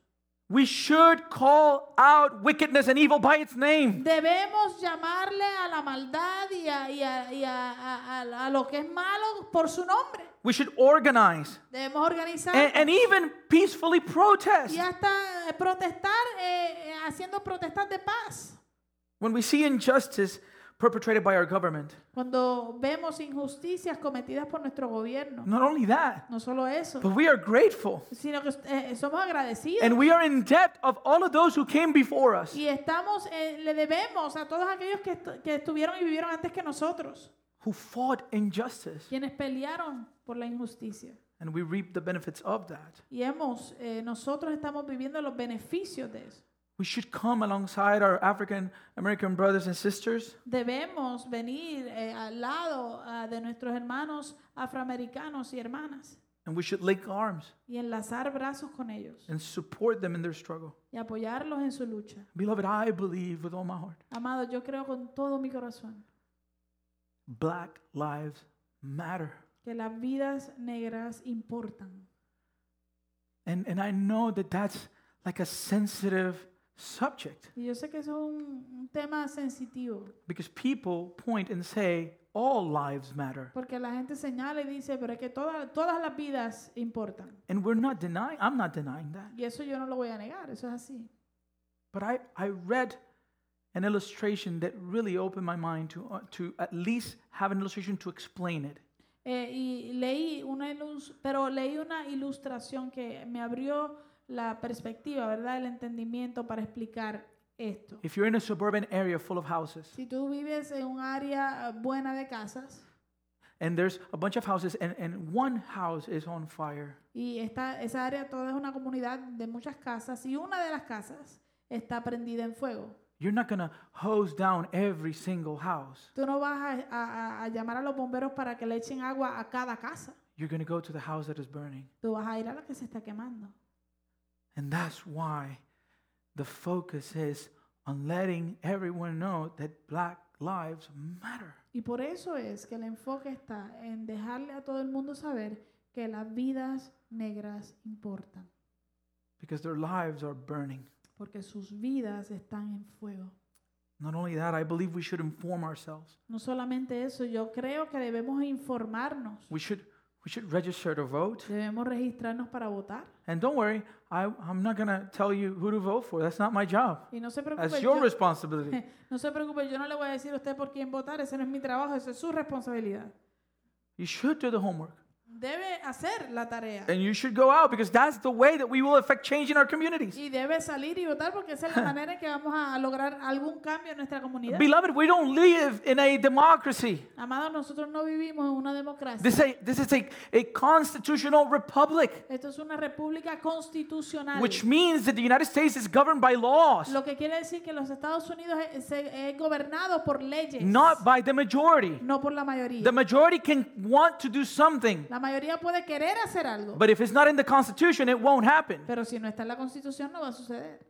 [SPEAKER 1] We should call out wickedness and evil by its name.
[SPEAKER 2] Debemos llamarle a la maldad y a, y a- y a- a- a- a lo que es malo por su nombre.
[SPEAKER 1] We should organize
[SPEAKER 2] Debemos organizar
[SPEAKER 1] and, and even peacefully protest.
[SPEAKER 2] y hasta eh, protestar, eh, eh, haciendo protestas de paz.
[SPEAKER 1] When we see injustice perpetrated by our government,
[SPEAKER 2] Cuando vemos injusticias cometidas por nuestro gobierno.
[SPEAKER 1] not only that,
[SPEAKER 2] No solo eso.
[SPEAKER 1] but we are grateful
[SPEAKER 2] sino que eh, somos agradecidos
[SPEAKER 1] and we are in debt of all of those who came before us.
[SPEAKER 2] y estamos eh, le debemos a todos aquellos que, estu- que estuvieron y vivieron antes que nosotros,
[SPEAKER 1] who fought injustice,
[SPEAKER 2] quienes pelearon por la injusticia.
[SPEAKER 1] and we reap the benefits of that.
[SPEAKER 2] Y hemos, eh, nosotros estamos viviendo los beneficios de eso.
[SPEAKER 1] We should come alongside our African American brothers and sisters
[SPEAKER 2] Debemos venir eh, al lado ah, de nuestros hermanos afroamericanos y hermanas
[SPEAKER 1] and we should link arms
[SPEAKER 2] y enlazar brazos con ellos
[SPEAKER 1] and support them in their struggle.
[SPEAKER 2] y apoyarlos en su lucha.
[SPEAKER 1] Beloved, I believe with all my heart,
[SPEAKER 2] Amado, yo creo con todo mi corazón
[SPEAKER 1] black lives matter.
[SPEAKER 2] que las vidas negras importan.
[SPEAKER 1] And, and I know that that's like a sensitive subject
[SPEAKER 2] Y yo sé que eso es un, un tema sensitivo,
[SPEAKER 1] because people point and say, all lives matter.
[SPEAKER 2] porque la gente señala y dice, pero es que todas todas las vidas importan.
[SPEAKER 1] And we're not denying, I'm not denying that.
[SPEAKER 2] Y eso yo no lo voy a negar, eso es así.
[SPEAKER 1] But I, I read an illustration that really opened my mind to, uh, to at least have an illustration to explain it.
[SPEAKER 2] Eh, y leí una ilus- pero leí una ilustración que me abrió la perspectiva, ¿verdad? El entendimiento para explicar esto.
[SPEAKER 1] If you're in a suburban area full of houses
[SPEAKER 2] Si tú vives en un área eh, buena de casas
[SPEAKER 1] and there's a bunch of houses and, and one house is on fire,
[SPEAKER 2] y esta, esa área toda es una comunidad de muchas casas y una de las casas está prendida en fuego.
[SPEAKER 1] you're not going to hose down every single house.
[SPEAKER 2] Tú no vas a, a- a- a llamar a los bomberos para que le echen agua a cada casa.
[SPEAKER 1] You're going to go to the house that is burning.
[SPEAKER 2] Tú vas a ir a la que se está quemando.
[SPEAKER 1] And that's why the focus is on letting everyone know that black lives matter.
[SPEAKER 2] Y por eso es que el enfoque está en dejarle a todo el mundo saber que las vidas negras importan,
[SPEAKER 1] Because their lives are burning.
[SPEAKER 2] porque sus vidas están en fuego.
[SPEAKER 1] Not only that, I believe we should inform ourselves.
[SPEAKER 2] No solamente eso, yo creo que debemos informarnos.
[SPEAKER 1] We should we should register to vote.
[SPEAKER 2] Debemos registrarnos para votar.
[SPEAKER 1] And don't worry, I, I'm not gonna tell you who to vote for. That's not my job.
[SPEAKER 2] Y no se
[SPEAKER 1] That's
[SPEAKER 2] preocupe,
[SPEAKER 1] your
[SPEAKER 2] yo,
[SPEAKER 1] responsibility.
[SPEAKER 2] no se preocupe, yo no le voy a decir a usted por quién votar, ese no es mi trabajo, esa es su responsabilidad.
[SPEAKER 1] You should do the homework.
[SPEAKER 2] Debe hacer la tarea.
[SPEAKER 1] And you should go out because that's the way that we will affect change in our communities.
[SPEAKER 2] Y debe salir y votar porque esa es la manera en que vamos a lograr algún cambio en nuestra comunidad.
[SPEAKER 1] Beloved, we don't live in a democracy.
[SPEAKER 2] Amados, nosotros no vivimos en una democracia.
[SPEAKER 1] This, a, this is a, a constitutional republic,
[SPEAKER 2] Esto es una república constitucional.
[SPEAKER 1] which means that the United States is governed by laws,
[SPEAKER 2] Lo que quiere decir que los Estados Unidos es, se- es gobernado por leyes,
[SPEAKER 1] not by the majority.
[SPEAKER 2] no por la mayoría.
[SPEAKER 1] The majority can want to do something,
[SPEAKER 2] La mayoría puede querer hacer algo,
[SPEAKER 1] but if it's not in the Constitution, it won't happen.
[SPEAKER 2] pero si no está en la Constitución no va a suceder.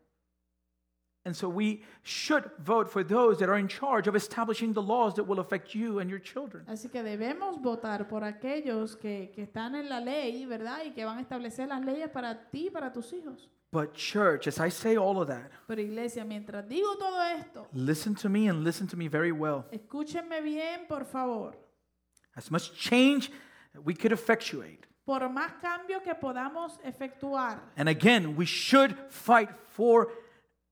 [SPEAKER 1] And so we should vote for those that are in charge of establishing the laws that will affect you and your children.
[SPEAKER 2] Así que debemos votar por aquellos que, que están en la ley, ¿verdad? Y que van a establecer las leyes para ti y para tus hijos.
[SPEAKER 1] But, church, as I say all of that,
[SPEAKER 2] Pero iglesia, mientras digo todo esto,
[SPEAKER 1] listen to me and listen to me very well.
[SPEAKER 2] escúchenme bien, por favor.
[SPEAKER 1] As much change we could effectuate.
[SPEAKER 2] Por más cambios que podamos efectuar,
[SPEAKER 1] And again, we should fight for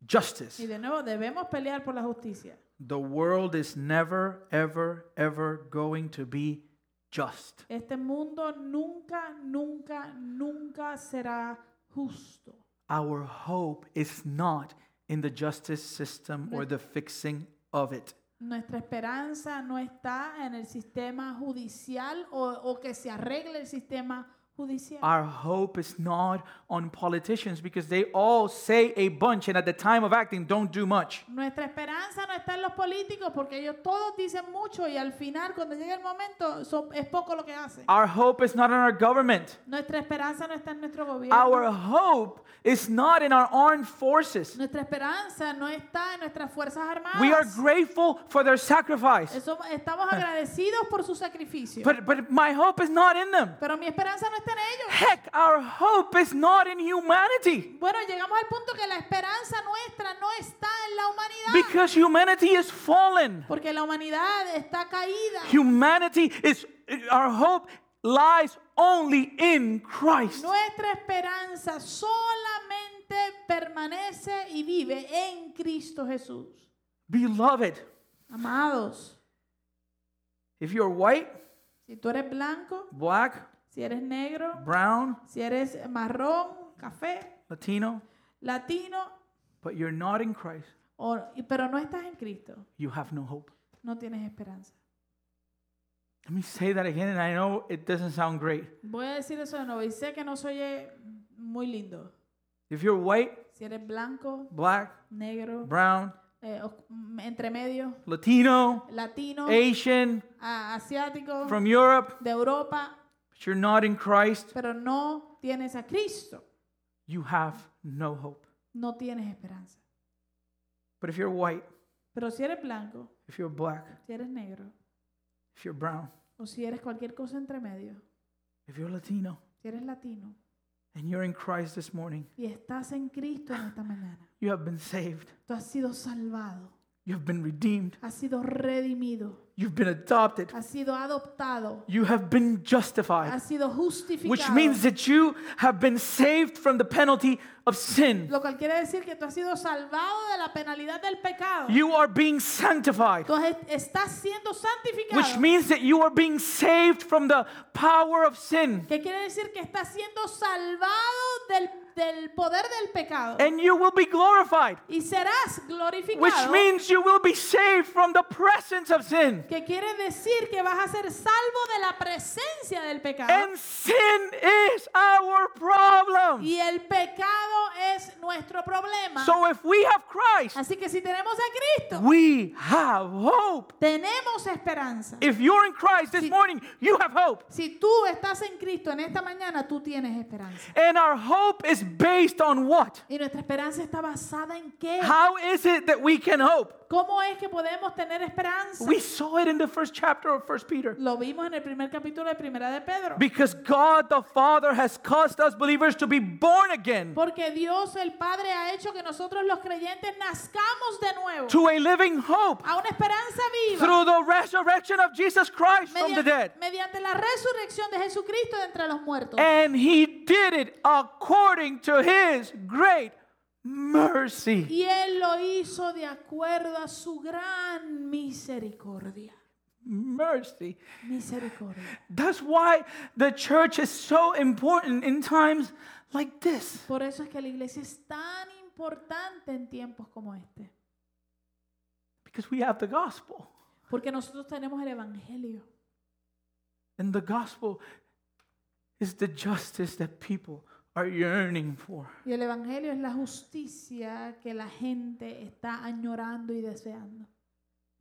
[SPEAKER 1] justice.
[SPEAKER 2] y de nuevo debemos pelear por la justicia.
[SPEAKER 1] The world is never, ever, ever going to be just.
[SPEAKER 2] Este mundo nunca, nunca, nunca será justo.
[SPEAKER 1] Our hope is not in the justice system or the fixing of it.
[SPEAKER 2] Nuestra esperanza no está en el sistema judicial o, o que se arregle el sistema judicial.
[SPEAKER 1] Our hope is not on politicians because they all say a bunch and at the time of acting don't do much.
[SPEAKER 2] Nuestra esperanza no está en los políticos porque ellos todos dicen mucho y al final cuando llega el momento son- es poco lo que hacen.
[SPEAKER 1] Our hope is not in our government.
[SPEAKER 2] Nuestra esperanza no está en nuestro
[SPEAKER 1] Our
[SPEAKER 2] gobierno.
[SPEAKER 1] hope is not in our armed forces.
[SPEAKER 2] Nuestra esperanza no está en nuestras fuerzas
[SPEAKER 1] We are Ah.
[SPEAKER 2] armadas.
[SPEAKER 1] grateful for their sacrifice,
[SPEAKER 2] Eso- estamos agradecidos por su sacrificio.
[SPEAKER 1] but, but my hope is not in them.
[SPEAKER 2] Pero mi esperanza no está en ellos.
[SPEAKER 1] Heck, our hope is not in humanity
[SPEAKER 2] Bueno, llegamos al punto que la esperanza nuestra no está en la humanidad.
[SPEAKER 1] because humanity is fallen.
[SPEAKER 2] Porque la humanidad está caída.
[SPEAKER 1] Humanity is, our hope lies only in Christ.
[SPEAKER 2] Nuestra esperanza solamente permanece y vive en Cristo Jesús.
[SPEAKER 1] Beloved,
[SPEAKER 2] Amados,
[SPEAKER 1] if you're white,
[SPEAKER 2] si tú eres blanco,
[SPEAKER 1] black,
[SPEAKER 2] si eres negro,
[SPEAKER 1] brown,
[SPEAKER 2] si eres marrón, café,
[SPEAKER 1] Latino,
[SPEAKER 2] latino,
[SPEAKER 1] but you're not in Christ,
[SPEAKER 2] o- y- pero no estás en Cristo,
[SPEAKER 1] you have no hope.
[SPEAKER 2] no tienes esperanza.
[SPEAKER 1] Let me say that again, and I know it doesn't sound great.
[SPEAKER 2] Voy a decir eso de nuevo y sé que no soy eh, muy lindo.
[SPEAKER 1] If you're white,
[SPEAKER 2] Si eres blanco,
[SPEAKER 1] black,
[SPEAKER 2] negro,
[SPEAKER 1] brown,
[SPEAKER 2] eh, os- mm, entre medio,
[SPEAKER 1] Latino,
[SPEAKER 2] latino,
[SPEAKER 1] Asian,
[SPEAKER 2] a- asiático,
[SPEAKER 1] from Europe,
[SPEAKER 2] de Europa,
[SPEAKER 1] but you're not in Christ,
[SPEAKER 2] pero no tienes a Cristo,
[SPEAKER 1] you have no hope.
[SPEAKER 2] no tienes esperanza.
[SPEAKER 1] But if you're white,
[SPEAKER 2] Pero si eres blanco,
[SPEAKER 1] if you're black,
[SPEAKER 2] si eres negro,
[SPEAKER 1] if you're brown,
[SPEAKER 2] o si eres cualquier cosa entre medio,
[SPEAKER 1] if you're Latino,
[SPEAKER 2] si eres latino
[SPEAKER 1] and you're in Christ this morning,
[SPEAKER 2] y estás en Cristo en esta mañana,
[SPEAKER 1] you have been saved,
[SPEAKER 2] tú has sido salvado,
[SPEAKER 1] you have been redeemed,
[SPEAKER 2] has sido redimido,
[SPEAKER 1] you've been adopted,
[SPEAKER 2] has sido adoptado,
[SPEAKER 1] you have been justified,
[SPEAKER 2] has sido justificado.
[SPEAKER 1] which means that you have been saved from the penalty of sin.
[SPEAKER 2] lo cual quiere decir que tú has sido salvado de la penalidad del pecado.
[SPEAKER 1] You are being sanctified,
[SPEAKER 2] Tú es- estás siendo santificado.
[SPEAKER 1] which means that you are being saved from the power of sin.
[SPEAKER 2] que quiere decir que estás siendo salvado del, del poder del pecado.
[SPEAKER 1] and you will be glorified,
[SPEAKER 2] y serás glorificado.
[SPEAKER 1] Eh. which means you will be saved from the presence of sin.
[SPEAKER 2] que quiere decir que vas a ser salvo de la presencia del pecado.
[SPEAKER 1] And sin is our problem.
[SPEAKER 2] y el pecado es nuestro problema.
[SPEAKER 1] So if we have Christ,
[SPEAKER 2] Así que si tenemos a Cristo,
[SPEAKER 1] we have hope.
[SPEAKER 2] tenemos esperanza.
[SPEAKER 1] If you're in Christ this
[SPEAKER 2] Sí.
[SPEAKER 1] morning, you have hope.
[SPEAKER 2] si tú estás en Cristo en esta mañana, tú tienes esperanza.
[SPEAKER 1] And our hope is based on what?
[SPEAKER 2] Y nuestra esperanza está basada en qué?
[SPEAKER 1] How is it that we can hope?
[SPEAKER 2] ¿Cómo es que podemos tener esperanza?
[SPEAKER 1] We saw it in the first chapter of First Peter.
[SPEAKER 2] Lo vimos en el primer capítulo de Primera de Pedro.
[SPEAKER 1] Because God the Father has caused us believers to be born again
[SPEAKER 2] Porque Dios el Padre ha hecho que nosotros los creyentes nazcamos de nuevo
[SPEAKER 1] to a living hope.
[SPEAKER 2] a una esperanza viva
[SPEAKER 1] through the resurrection of Jesus Christ from the dead. Eh.
[SPEAKER 2] media- mediante la resurrección de Jesucristo de entre los muertos.
[SPEAKER 1] And he did it according to his great mercy.
[SPEAKER 2] Y Él lo hizo de acuerdo a su gran misericordia.
[SPEAKER 1] Mercy.
[SPEAKER 2] Misericordia.
[SPEAKER 1] That's why the church is so important in times like this.
[SPEAKER 2] Por eso es que la iglesia es tan importante en tiempos como este.
[SPEAKER 1] Because we have the gospel.
[SPEAKER 2] Porque nosotros tenemos el Evangelio.
[SPEAKER 1] And the gospel is the justice that people are yearning for.
[SPEAKER 2] Y el Evangelio es la justicia que la gente está añorando y deseando.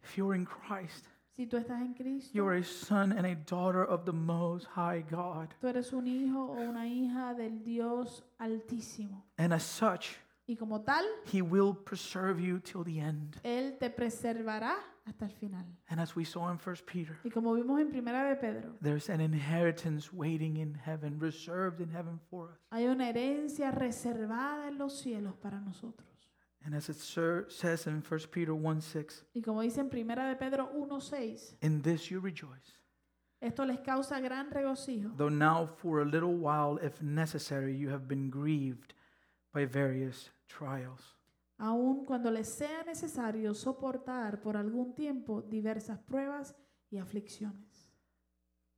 [SPEAKER 1] If you're in Christ,
[SPEAKER 2] Si tú estás en Cristo.
[SPEAKER 1] you're a son and a daughter of the Most High God.
[SPEAKER 2] Tú eres un hijo o una hija del Dios Altísimo.
[SPEAKER 1] And as such,
[SPEAKER 2] y como tal,
[SPEAKER 1] He will preserve you till the end.
[SPEAKER 2] Él te preservará hasta el final.
[SPEAKER 1] And as we saw in 1 Peter,
[SPEAKER 2] Y como vimos en Primera de Pedro,
[SPEAKER 1] there's an inheritance waiting in heaven, reserved in heaven for us.
[SPEAKER 2] hay una herencia reservada en los cielos para nosotros.
[SPEAKER 1] And as it ser- says in 1 Peter 1 6,
[SPEAKER 2] Y como dice en Primera de Pedro 1:6,
[SPEAKER 1] in this you rejoice,
[SPEAKER 2] esto les causa gran regocijo,
[SPEAKER 1] though now for a little while, if necessary, you have been grieved by various trials.
[SPEAKER 2] aun cuando les sea necesario soportar por algún tiempo diversas pruebas y aflicciones.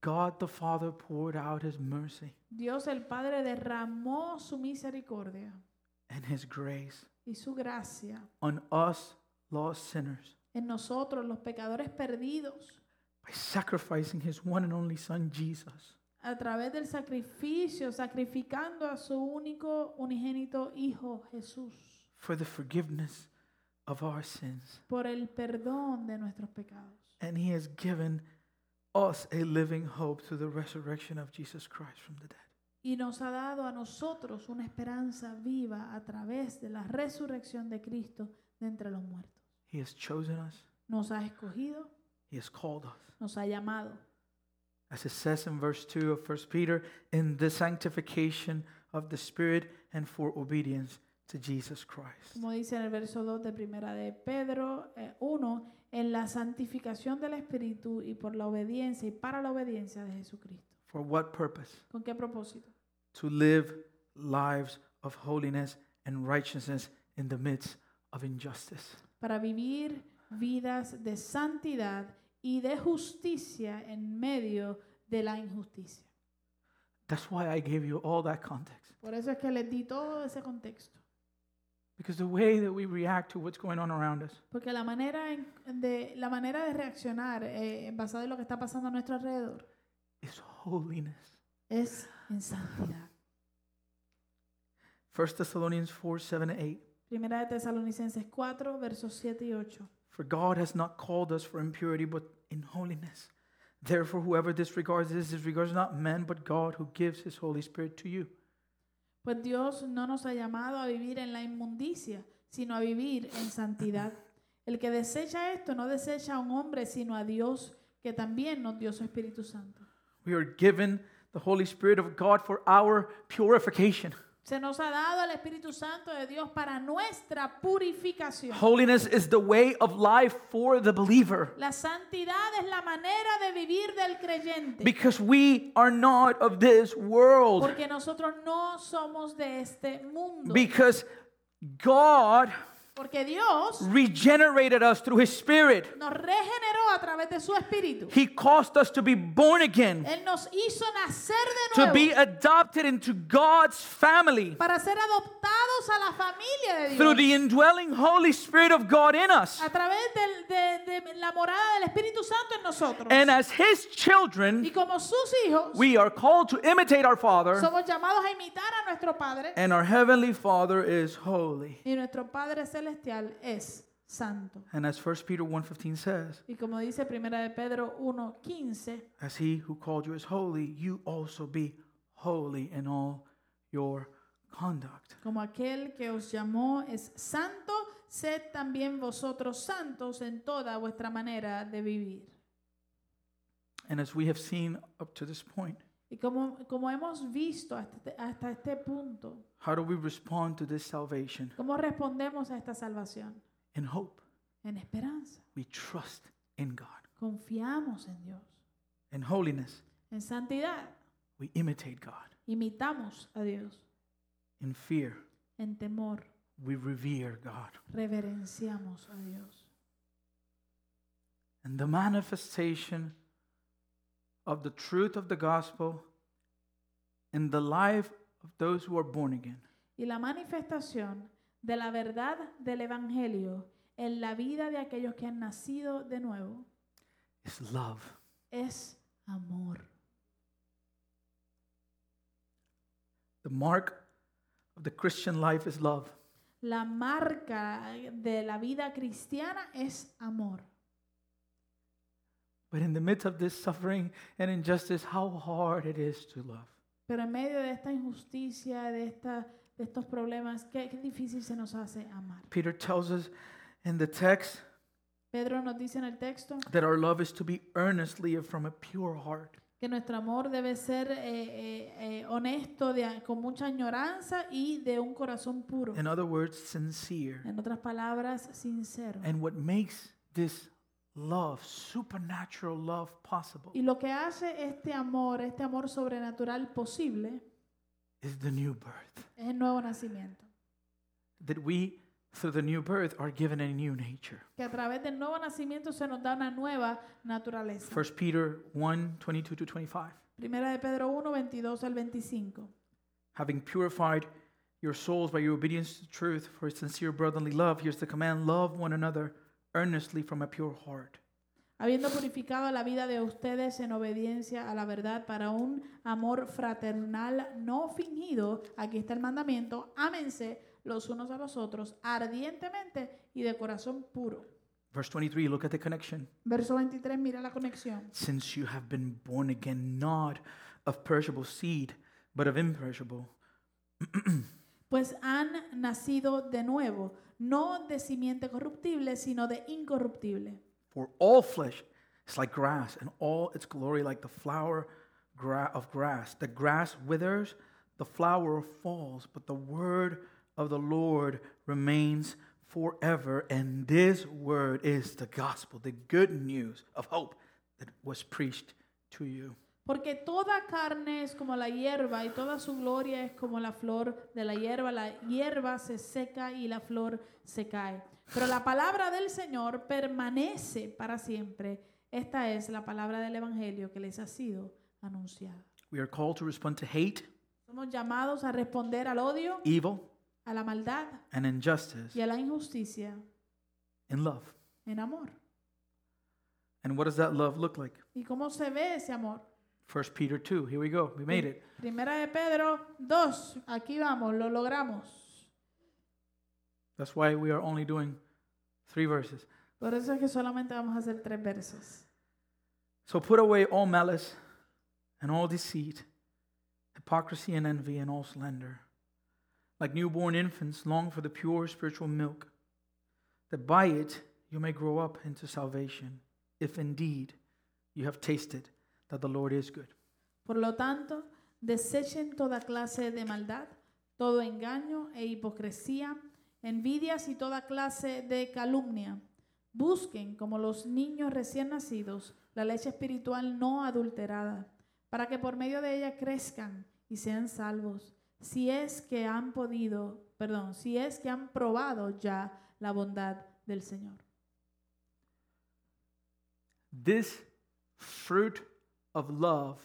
[SPEAKER 1] God the Father poured out his mercy
[SPEAKER 2] Dios el Padre derramó su misericordia
[SPEAKER 1] and his grace
[SPEAKER 2] y su gracia
[SPEAKER 1] on us, lost sinners,
[SPEAKER 2] en nosotros, los pecadores perdidos,
[SPEAKER 1] by sacrificing his one and only Son, Jesus.
[SPEAKER 2] a través del sacrificio, sacrificando a su único unigénito Hijo Jesús,
[SPEAKER 1] for the forgiveness of our sins.
[SPEAKER 2] por el perdón de nuestros pecados.
[SPEAKER 1] And he has given us a living hope through the resurrection of Jesus Christ from the dead.
[SPEAKER 2] Y nos ha dado a nosotros una esperanza viva a través de la resurrección de Cristo de entre los muertos.
[SPEAKER 1] He has chosen us,
[SPEAKER 2] Nos ha escogido,
[SPEAKER 1] he has called us.
[SPEAKER 2] nos ha llamado.
[SPEAKER 1] As it says in verse 2 of 1 Peter, in the sanctification of the Spirit and for obedience to Jesus Christ.
[SPEAKER 2] Como dice en el verso 2 de primera de Pedro 1, en la santificación del Espíritu y por la obediencia y para la obediencia de Jesucristo.
[SPEAKER 1] For what purpose?
[SPEAKER 2] ¿Con qué propósito?
[SPEAKER 1] To live lives of holiness and righteousness in the midst of injustice.
[SPEAKER 2] Para vivir vidas de santidad y de justicia en medio de la injusticia.
[SPEAKER 1] That's why I gave you all that context.
[SPEAKER 2] Por eso es que les di todo ese contexto.
[SPEAKER 1] Because the way that we react to what's going on around us
[SPEAKER 2] Porque la manera, en- de, la manera de reaccionar eh, basada en lo que está pasando a nuestro alrededor
[SPEAKER 1] is holiness.
[SPEAKER 2] es en santidad.
[SPEAKER 1] 1 Thessalonians 4 7 and 8.
[SPEAKER 2] Primera de Tesalonicenses 4, versos 7 y 8.
[SPEAKER 1] For God has not called us for impurity, but in holiness. Therefore, whoever disregards this disregards not man, but God who gives his Holy Spirit to you.
[SPEAKER 2] Pues Dios no nos ha llamado a vivir en la inmundicia, sino a vivir en santidad. El que desecha esto no desecha a un hombre, sino a Dios, que también nos dio su Espíritu Santo.
[SPEAKER 1] We are given the Holy Spirit of God for our purification.
[SPEAKER 2] Se nos ha dado el Espíritu Santo de Dios para nuestra purificación.
[SPEAKER 1] Holiness is the way of life for the believer.
[SPEAKER 2] La santidad es la manera de vivir del creyente.
[SPEAKER 1] Because we are not of this world.
[SPEAKER 2] Porque nosotros no somos de este mundo.
[SPEAKER 1] Because God
[SPEAKER 2] Porque Dios
[SPEAKER 1] regenerated us through his Spirit.
[SPEAKER 2] nos regeneró a través de su espíritu.
[SPEAKER 1] He caused us to be born again,
[SPEAKER 2] Él nos hizo nacer de
[SPEAKER 1] to be
[SPEAKER 2] nuevo
[SPEAKER 1] adopted into God's family
[SPEAKER 2] para ser adoptados a la familia de
[SPEAKER 1] through
[SPEAKER 2] Dios.
[SPEAKER 1] the indwelling Holy Spirit of God in us.
[SPEAKER 2] A través del- de, de la morada del Espíritu Santo en nosotros.
[SPEAKER 1] And as His
[SPEAKER 2] Y
[SPEAKER 1] children,
[SPEAKER 2] como sus hijos,
[SPEAKER 1] we are called to imitate our Father,
[SPEAKER 2] somos llamados a imitar a nuestro Padre.
[SPEAKER 1] and our Heavenly Father is holy.
[SPEAKER 2] Y nuestro Padre celestial es santo.
[SPEAKER 1] And as 1 Peter 1:15 says,
[SPEAKER 2] Y como dice Primera de Pedro 1.15,
[SPEAKER 1] as He who called you is holy, you also be holy in all your conduct.
[SPEAKER 2] Como aquel que os llamó es santo, sed también vosotros santos en toda vuestra manera de vivir.
[SPEAKER 1] And as we have seen up to this point,
[SPEAKER 2] Y como, como hemos visto hasta, este- hasta este punto,
[SPEAKER 1] how do we respond to this salvation?
[SPEAKER 2] ¿cómo respondemos a esta salvación?
[SPEAKER 1] In hope.
[SPEAKER 2] En esperanza.
[SPEAKER 1] We trust in God.
[SPEAKER 2] Confiamos en Dios.
[SPEAKER 1] In holiness,
[SPEAKER 2] En santidad,
[SPEAKER 1] we imitate God.
[SPEAKER 2] imitamos a Dios.
[SPEAKER 1] In fear,
[SPEAKER 2] En temor,
[SPEAKER 1] we revere God.
[SPEAKER 2] reverenciamos a Dios.
[SPEAKER 1] And the manifestation of the truth of the gospel in the life of those who are born again
[SPEAKER 2] Y la manifestación de la verdad del Evangelio en la vida de aquellos que han nacido de nuevo
[SPEAKER 1] is love.
[SPEAKER 2] es amor.
[SPEAKER 1] The mark of the Christian life is love.
[SPEAKER 2] La marca de la vida cristiana es amor.
[SPEAKER 1] But in the midst of this suffering and injustice, how hard it is to love.
[SPEAKER 2] Pero en medio de esta injusticia, de esta de estos problemas, qué, qué difícil se nos hace amar.
[SPEAKER 1] Peter tells us in the text
[SPEAKER 2] Pedro nos dice en el texto
[SPEAKER 1] that our love is to be earnestly and from a pure heart.
[SPEAKER 2] que nuestro amor debe ser eh, eh, eh, honesto, de- con mucha añoranza y de un corazón puro.
[SPEAKER 1] In other words, sincere.
[SPEAKER 2] En otras palabras, sincero.
[SPEAKER 1] And what makes this love, supernatural love, possible
[SPEAKER 2] Y lo que hace este amor, este amor sobrenatural posible,
[SPEAKER 1] is the new birth.
[SPEAKER 2] es el nuevo nacimiento.
[SPEAKER 1] That we, through the new birth, are given a new nature.
[SPEAKER 2] Que a través del nuevo nacimiento se nos da una nueva naturaleza.
[SPEAKER 1] 1 Peter 1 22 to 25.
[SPEAKER 2] Primera de Pedro 1, 22 al 25.
[SPEAKER 1] Having purified your souls by your obedience to truth for sincere brotherly love, here's the command love one another earnestly from a pure heart.
[SPEAKER 2] Habiendo purificado la vida de ustedes en obediencia a la verdad para un amor fraternal no fingido, aquí está el mandamiento, ámense los unos a los otros ardientemente y de corazón puro.
[SPEAKER 1] Verse 23, look at the connection.
[SPEAKER 2] Verso 23, mira la conexión.
[SPEAKER 1] Since you have been born again, not of perishable seed, but of imperishable,
[SPEAKER 2] Pues han nacido de nuevo, no de simiente corruptible, sino de incorruptible.
[SPEAKER 1] For all flesh is like grass, and all its glory like the flower gra- of grass. The grass withers, the flower falls, but the word of the Lord remains forever. And this word is the gospel, the good news of hope that was preached to you.
[SPEAKER 2] Porque toda carne es como la hierba y toda su gloria es como la flor de la hierba. La hierba se seca y la flor se cae. Pero la palabra del Señor permanece para siempre. Esta es la palabra del Evangelio que les ha sido anunciada.
[SPEAKER 1] We are called to respond to hate,
[SPEAKER 2] Somos llamados a responder al odio,
[SPEAKER 1] evil,
[SPEAKER 2] a la maldad
[SPEAKER 1] and injustice
[SPEAKER 2] y a la injusticia
[SPEAKER 1] in love.
[SPEAKER 2] en amor.
[SPEAKER 1] And what does that love look like?
[SPEAKER 2] ¿Y cómo se ve ese amor?
[SPEAKER 1] First Peter 2. Here we go. We made it.
[SPEAKER 2] Primera de Pedro 2. Aquí vamos, lo logramos.
[SPEAKER 1] That's why we are only doing three verses.
[SPEAKER 2] Por eso es que solamente vamos a hacer tres versos.
[SPEAKER 1] So put away all malice and all deceit, hypocrisy and envy and all slander. Like newborn infants, long for the pure spiritual milk, that by it you may grow up into salvation, if indeed you have tasted that the Lord is good.
[SPEAKER 2] Por lo tanto, desechen toda clase de maldad, todo engaño e hipocresía, envidias y toda clase de calumnia. Busquen, como los niños recién nacidos, la leche espiritual no adulterada, para que por medio de ella crezcan y sean salvos, si es que han podido, perdón, si es que han probado ya la bondad del Señor.
[SPEAKER 1] This fruit of love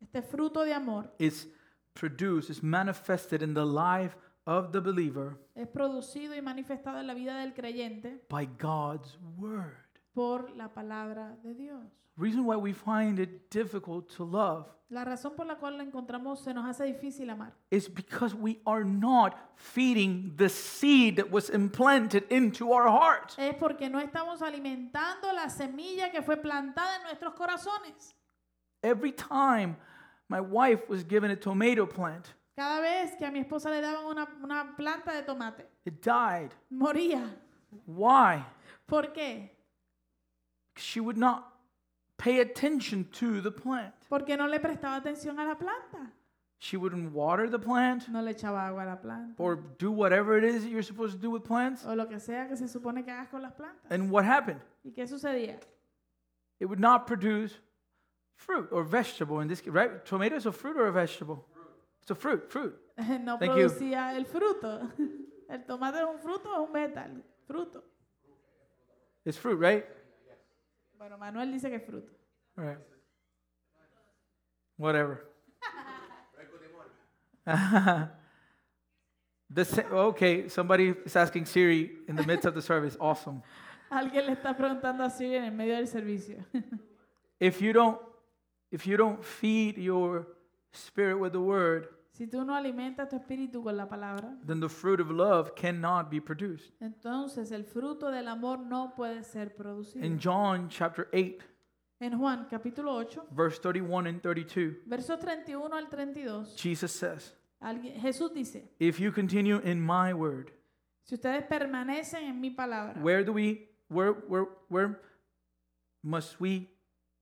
[SPEAKER 2] Este fruto de amor
[SPEAKER 1] is produced, is manifested in the life of the believer
[SPEAKER 2] es producido y manifestado en la vida del creyente
[SPEAKER 1] by God's word.
[SPEAKER 2] por la palabra de Dios.
[SPEAKER 1] Reason why we find it difficult to love
[SPEAKER 2] La razón por la cual la encontramos se nos hace difícil amar,
[SPEAKER 1] is because we are not feeding the seed that was implanted into our heart.
[SPEAKER 2] es porque no estamos alimentando la semilla que fue plantada en nuestros corazones.
[SPEAKER 1] Every time my wife was given a tomato plant,
[SPEAKER 2] Cada vez que a mi esposa le daban una, una planta de tomate,
[SPEAKER 1] it died.
[SPEAKER 2] moría.
[SPEAKER 1] Why?
[SPEAKER 2] ¿Por qué?
[SPEAKER 1] She would not pay attention to the plant.
[SPEAKER 2] Porque no le prestaba atención a la planta.
[SPEAKER 1] She wouldn't water the plant
[SPEAKER 2] No le echaba agua a la planta.
[SPEAKER 1] or do whatever it is that you're supposed to do with plants.
[SPEAKER 2] O lo que sea que se supone que hagas con las plantas.
[SPEAKER 1] And what happened?
[SPEAKER 2] ¿Y qué sucedía?
[SPEAKER 1] It would not produce fruit or vegetable in this case, right? Tomato is a fruit or a vegetable? It's a fruit, fruit.
[SPEAKER 2] no
[SPEAKER 1] Thank you.
[SPEAKER 2] producía el fruto. El tomate es un fruto o es un vegetal. Fruto.
[SPEAKER 1] It's fruit, right?
[SPEAKER 2] Bueno, Manuel dice que es fruto.
[SPEAKER 1] All right. Whatever. the sa- okay, somebody is asking Siri in the midst of the service. Awesome.
[SPEAKER 2] Alguien le está preguntando a Siri en el medio del servicio.
[SPEAKER 1] If you don't, if you don't feed your spirit with the word,
[SPEAKER 2] si tú no alimentas tu espíritu con la palabra,
[SPEAKER 1] then the fruit of love cannot be produced.
[SPEAKER 2] entonces el fruto del amor no puede ser producido.
[SPEAKER 1] In John chapter eight,
[SPEAKER 2] en Juan capítulo 8,
[SPEAKER 1] verse thirty-one and thirty-two,
[SPEAKER 2] versos 31 al 32,
[SPEAKER 1] Jesus says,
[SPEAKER 2] Alguien- Jesús dice,
[SPEAKER 1] If you continue in my word,
[SPEAKER 2] si ustedes permanecen en mi palabra,
[SPEAKER 1] where do we where where where must we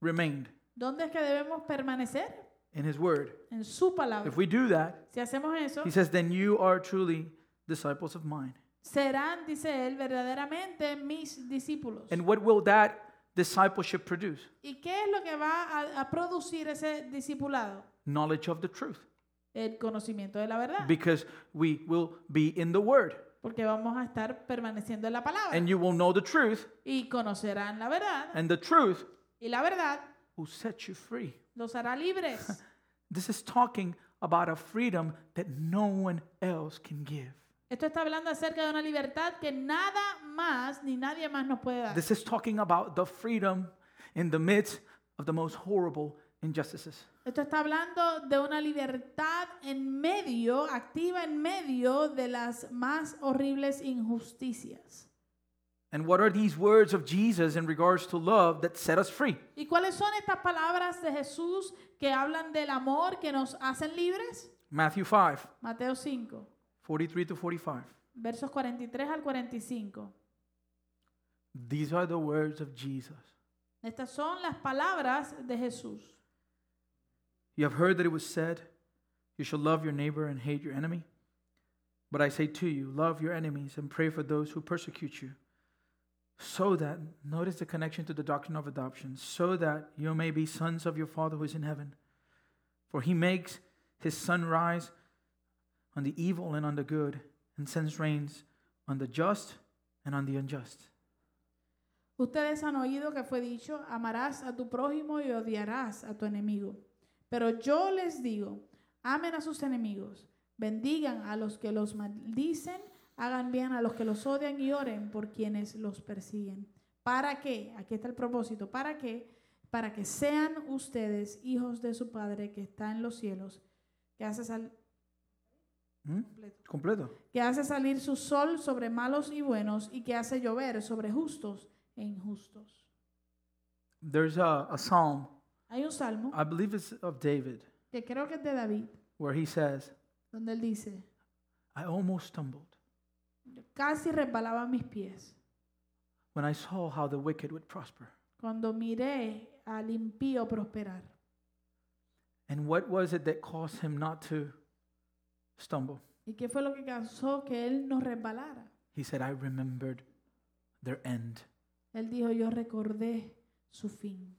[SPEAKER 1] remain
[SPEAKER 2] ¿dónde es que debemos permanecer?
[SPEAKER 1] in his word?
[SPEAKER 2] En su palabra.
[SPEAKER 1] If we do that,
[SPEAKER 2] Si hacemos eso,
[SPEAKER 1] he says then you are truly disciples of mine.
[SPEAKER 2] serán, dice él, verdaderamente mis discípulos.
[SPEAKER 1] And what will that discipleship produce?
[SPEAKER 2] ¿Y qué es lo que va a, a producir ese discipulado?
[SPEAKER 1] Knowledge of the truth.
[SPEAKER 2] El conocimiento de la verdad.
[SPEAKER 1] Because we will be in the word
[SPEAKER 2] Porque vamos a estar permaneciendo en la palabra.
[SPEAKER 1] and you will know the truth
[SPEAKER 2] Y conocerán la verdad.
[SPEAKER 1] and the truth
[SPEAKER 2] Y la verdad
[SPEAKER 1] will set you free.
[SPEAKER 2] los hará libres.
[SPEAKER 1] This is talking about a freedom that no one else can give.
[SPEAKER 2] Esto está hablando acerca de una libertad que nada más ni nadie más nos puede dar.
[SPEAKER 1] This is talking about the freedom in the midst of the most horrible injustices.
[SPEAKER 2] Esto está hablando de una libertad en medio, activa en medio de las más horribles injusticias.
[SPEAKER 1] And what are these words of Jesus in regards to love that set us free?
[SPEAKER 2] ¿Y cuáles son estas palabras de Jesús que hablan del amor que nos hacen libres?
[SPEAKER 1] Matthew 5,
[SPEAKER 2] Mateo 5,
[SPEAKER 1] 43 to 45.
[SPEAKER 2] versos 43 al 45.
[SPEAKER 1] These are the words of Jesus.
[SPEAKER 2] Estas son las palabras de Jesús.
[SPEAKER 1] You have heard that it was said, You shall love your neighbor and hate your enemy. But I say to you, love your enemies and pray for those who persecute you, so that, notice the connection to the doctrine of adoption, so that you may be sons of your Father who is in heaven. For he makes his sun rise on the evil and on the good, and sends rains on the just and on the unjust.
[SPEAKER 2] Ustedes han oído que fue dicho, amarás a tu prójimo y odiarás a tu enemigo. Pero yo les digo, amen a sus enemigos, bendigan a los que los maldicen, hagan bien a los que los odian y oren por quienes los persiguen. ¿Para qué? Aquí está el propósito. ¿Para qué? Para que sean ustedes hijos de su Padre que está en los cielos, que hace, sal-
[SPEAKER 1] Hmm? Completo.
[SPEAKER 2] que hace salir su sol sobre malos y buenos y que hace llover sobre justos e injustos.
[SPEAKER 1] There's a, a psalm,
[SPEAKER 2] Hay un salmo
[SPEAKER 1] I believe it's of David,
[SPEAKER 2] que creo que es de David,
[SPEAKER 1] where he says,
[SPEAKER 2] donde él dice,
[SPEAKER 1] I almost stumbled
[SPEAKER 2] casi resbalaba mis pies
[SPEAKER 1] when I saw how the wicked would prosper.
[SPEAKER 2] cuando miré al impío prosperar.
[SPEAKER 1] And what was it that caused him not to stumble?
[SPEAKER 2] ¿Y qué fue lo que causó que él nos resbalara?
[SPEAKER 1] He said, I remembered their end.
[SPEAKER 2] Él dijo, yo recordé su fin.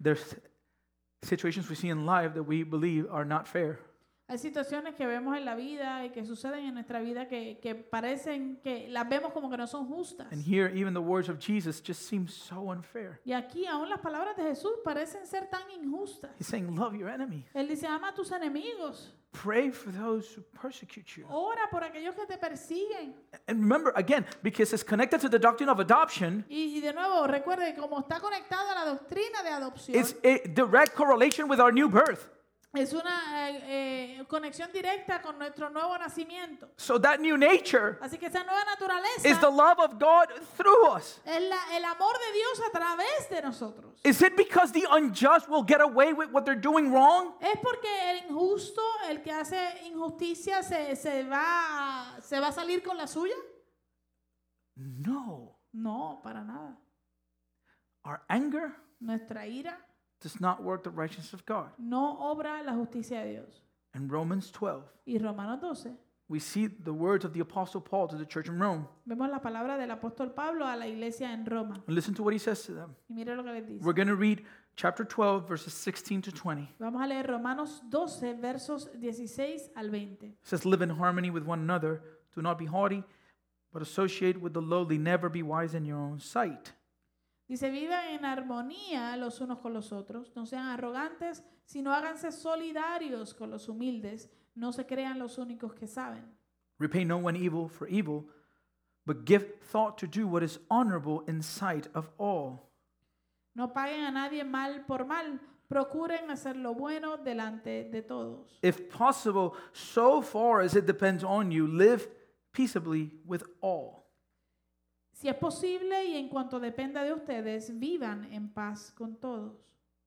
[SPEAKER 1] There's situations we see in life that we believe are not fair.
[SPEAKER 2] Hay situaciones que vemos en la vida y que suceden en nuestra vida que, que parecen que las vemos como que no son justas.
[SPEAKER 1] And here, even the words of Jesus just seem so unfair.
[SPEAKER 2] Y aquí aún las palabras de Jesús parecen ser tan injustas.
[SPEAKER 1] He's saying, Love your enemy,
[SPEAKER 2] Él dice, ama a tus enemigos,
[SPEAKER 1] pray for those who persecute you.
[SPEAKER 2] ora por aquellos que te persiguen.
[SPEAKER 1] And remember, again, because it's connected to the doctrine of adoption,
[SPEAKER 2] Y, y de nuevo, recuerde, que como está conectado a la doctrina de adopción,
[SPEAKER 1] it's a direct correlation with our new birth.
[SPEAKER 2] es una eh, eh, conexión directa con nuestro nuevo nacimiento.
[SPEAKER 1] So that new nature
[SPEAKER 2] Así que esa nueva naturaleza
[SPEAKER 1] is the love of God through us.
[SPEAKER 2] es la- el amor de Dios a través de nosotros.
[SPEAKER 1] Is it because the unjust will get away with what they're doing wrong?
[SPEAKER 2] Es porque el injusto, el que hace injusticia, se, se va, a- se va a salir con la suya.
[SPEAKER 1] No.
[SPEAKER 2] No, para nada.
[SPEAKER 1] Our anger
[SPEAKER 2] Nuestra ira
[SPEAKER 1] does not work the righteousness of God.
[SPEAKER 2] no obra la justicia de Dios.
[SPEAKER 1] In Romans 12,
[SPEAKER 2] Y Romanos 12,
[SPEAKER 1] we see the words of the Apostle Paul to the church in Rome.
[SPEAKER 2] vemos la palabra del apóstol Pablo a la iglesia en Roma.
[SPEAKER 1] And listen to what he says to them.
[SPEAKER 2] Y mire lo que les dice.
[SPEAKER 1] We're going to read chapter 12, verses 16 to 20. It
[SPEAKER 2] Vamos a leer Romanos 12, versos 16 al 20.
[SPEAKER 1] says, Live in harmony with one another. Do not be haughty, but associate with the lowly. Never be wise in your own sight.
[SPEAKER 2] Dice, vivan en armonía los unos con los otros, no sean arrogantes, sino háganse solidarios con los humildes, no se crean los únicos que saben.
[SPEAKER 1] Repay no one evil for evil, but give thought to do what is honorable in sight of all.
[SPEAKER 2] No paguen a nadie mal por mal, procuren hacer lo bueno delante de todos.
[SPEAKER 1] If possible, so far as it depends on you, live peaceably with all.
[SPEAKER 2] Si es posible y en cuanto dependa de ustedes, vivan en paz con todos.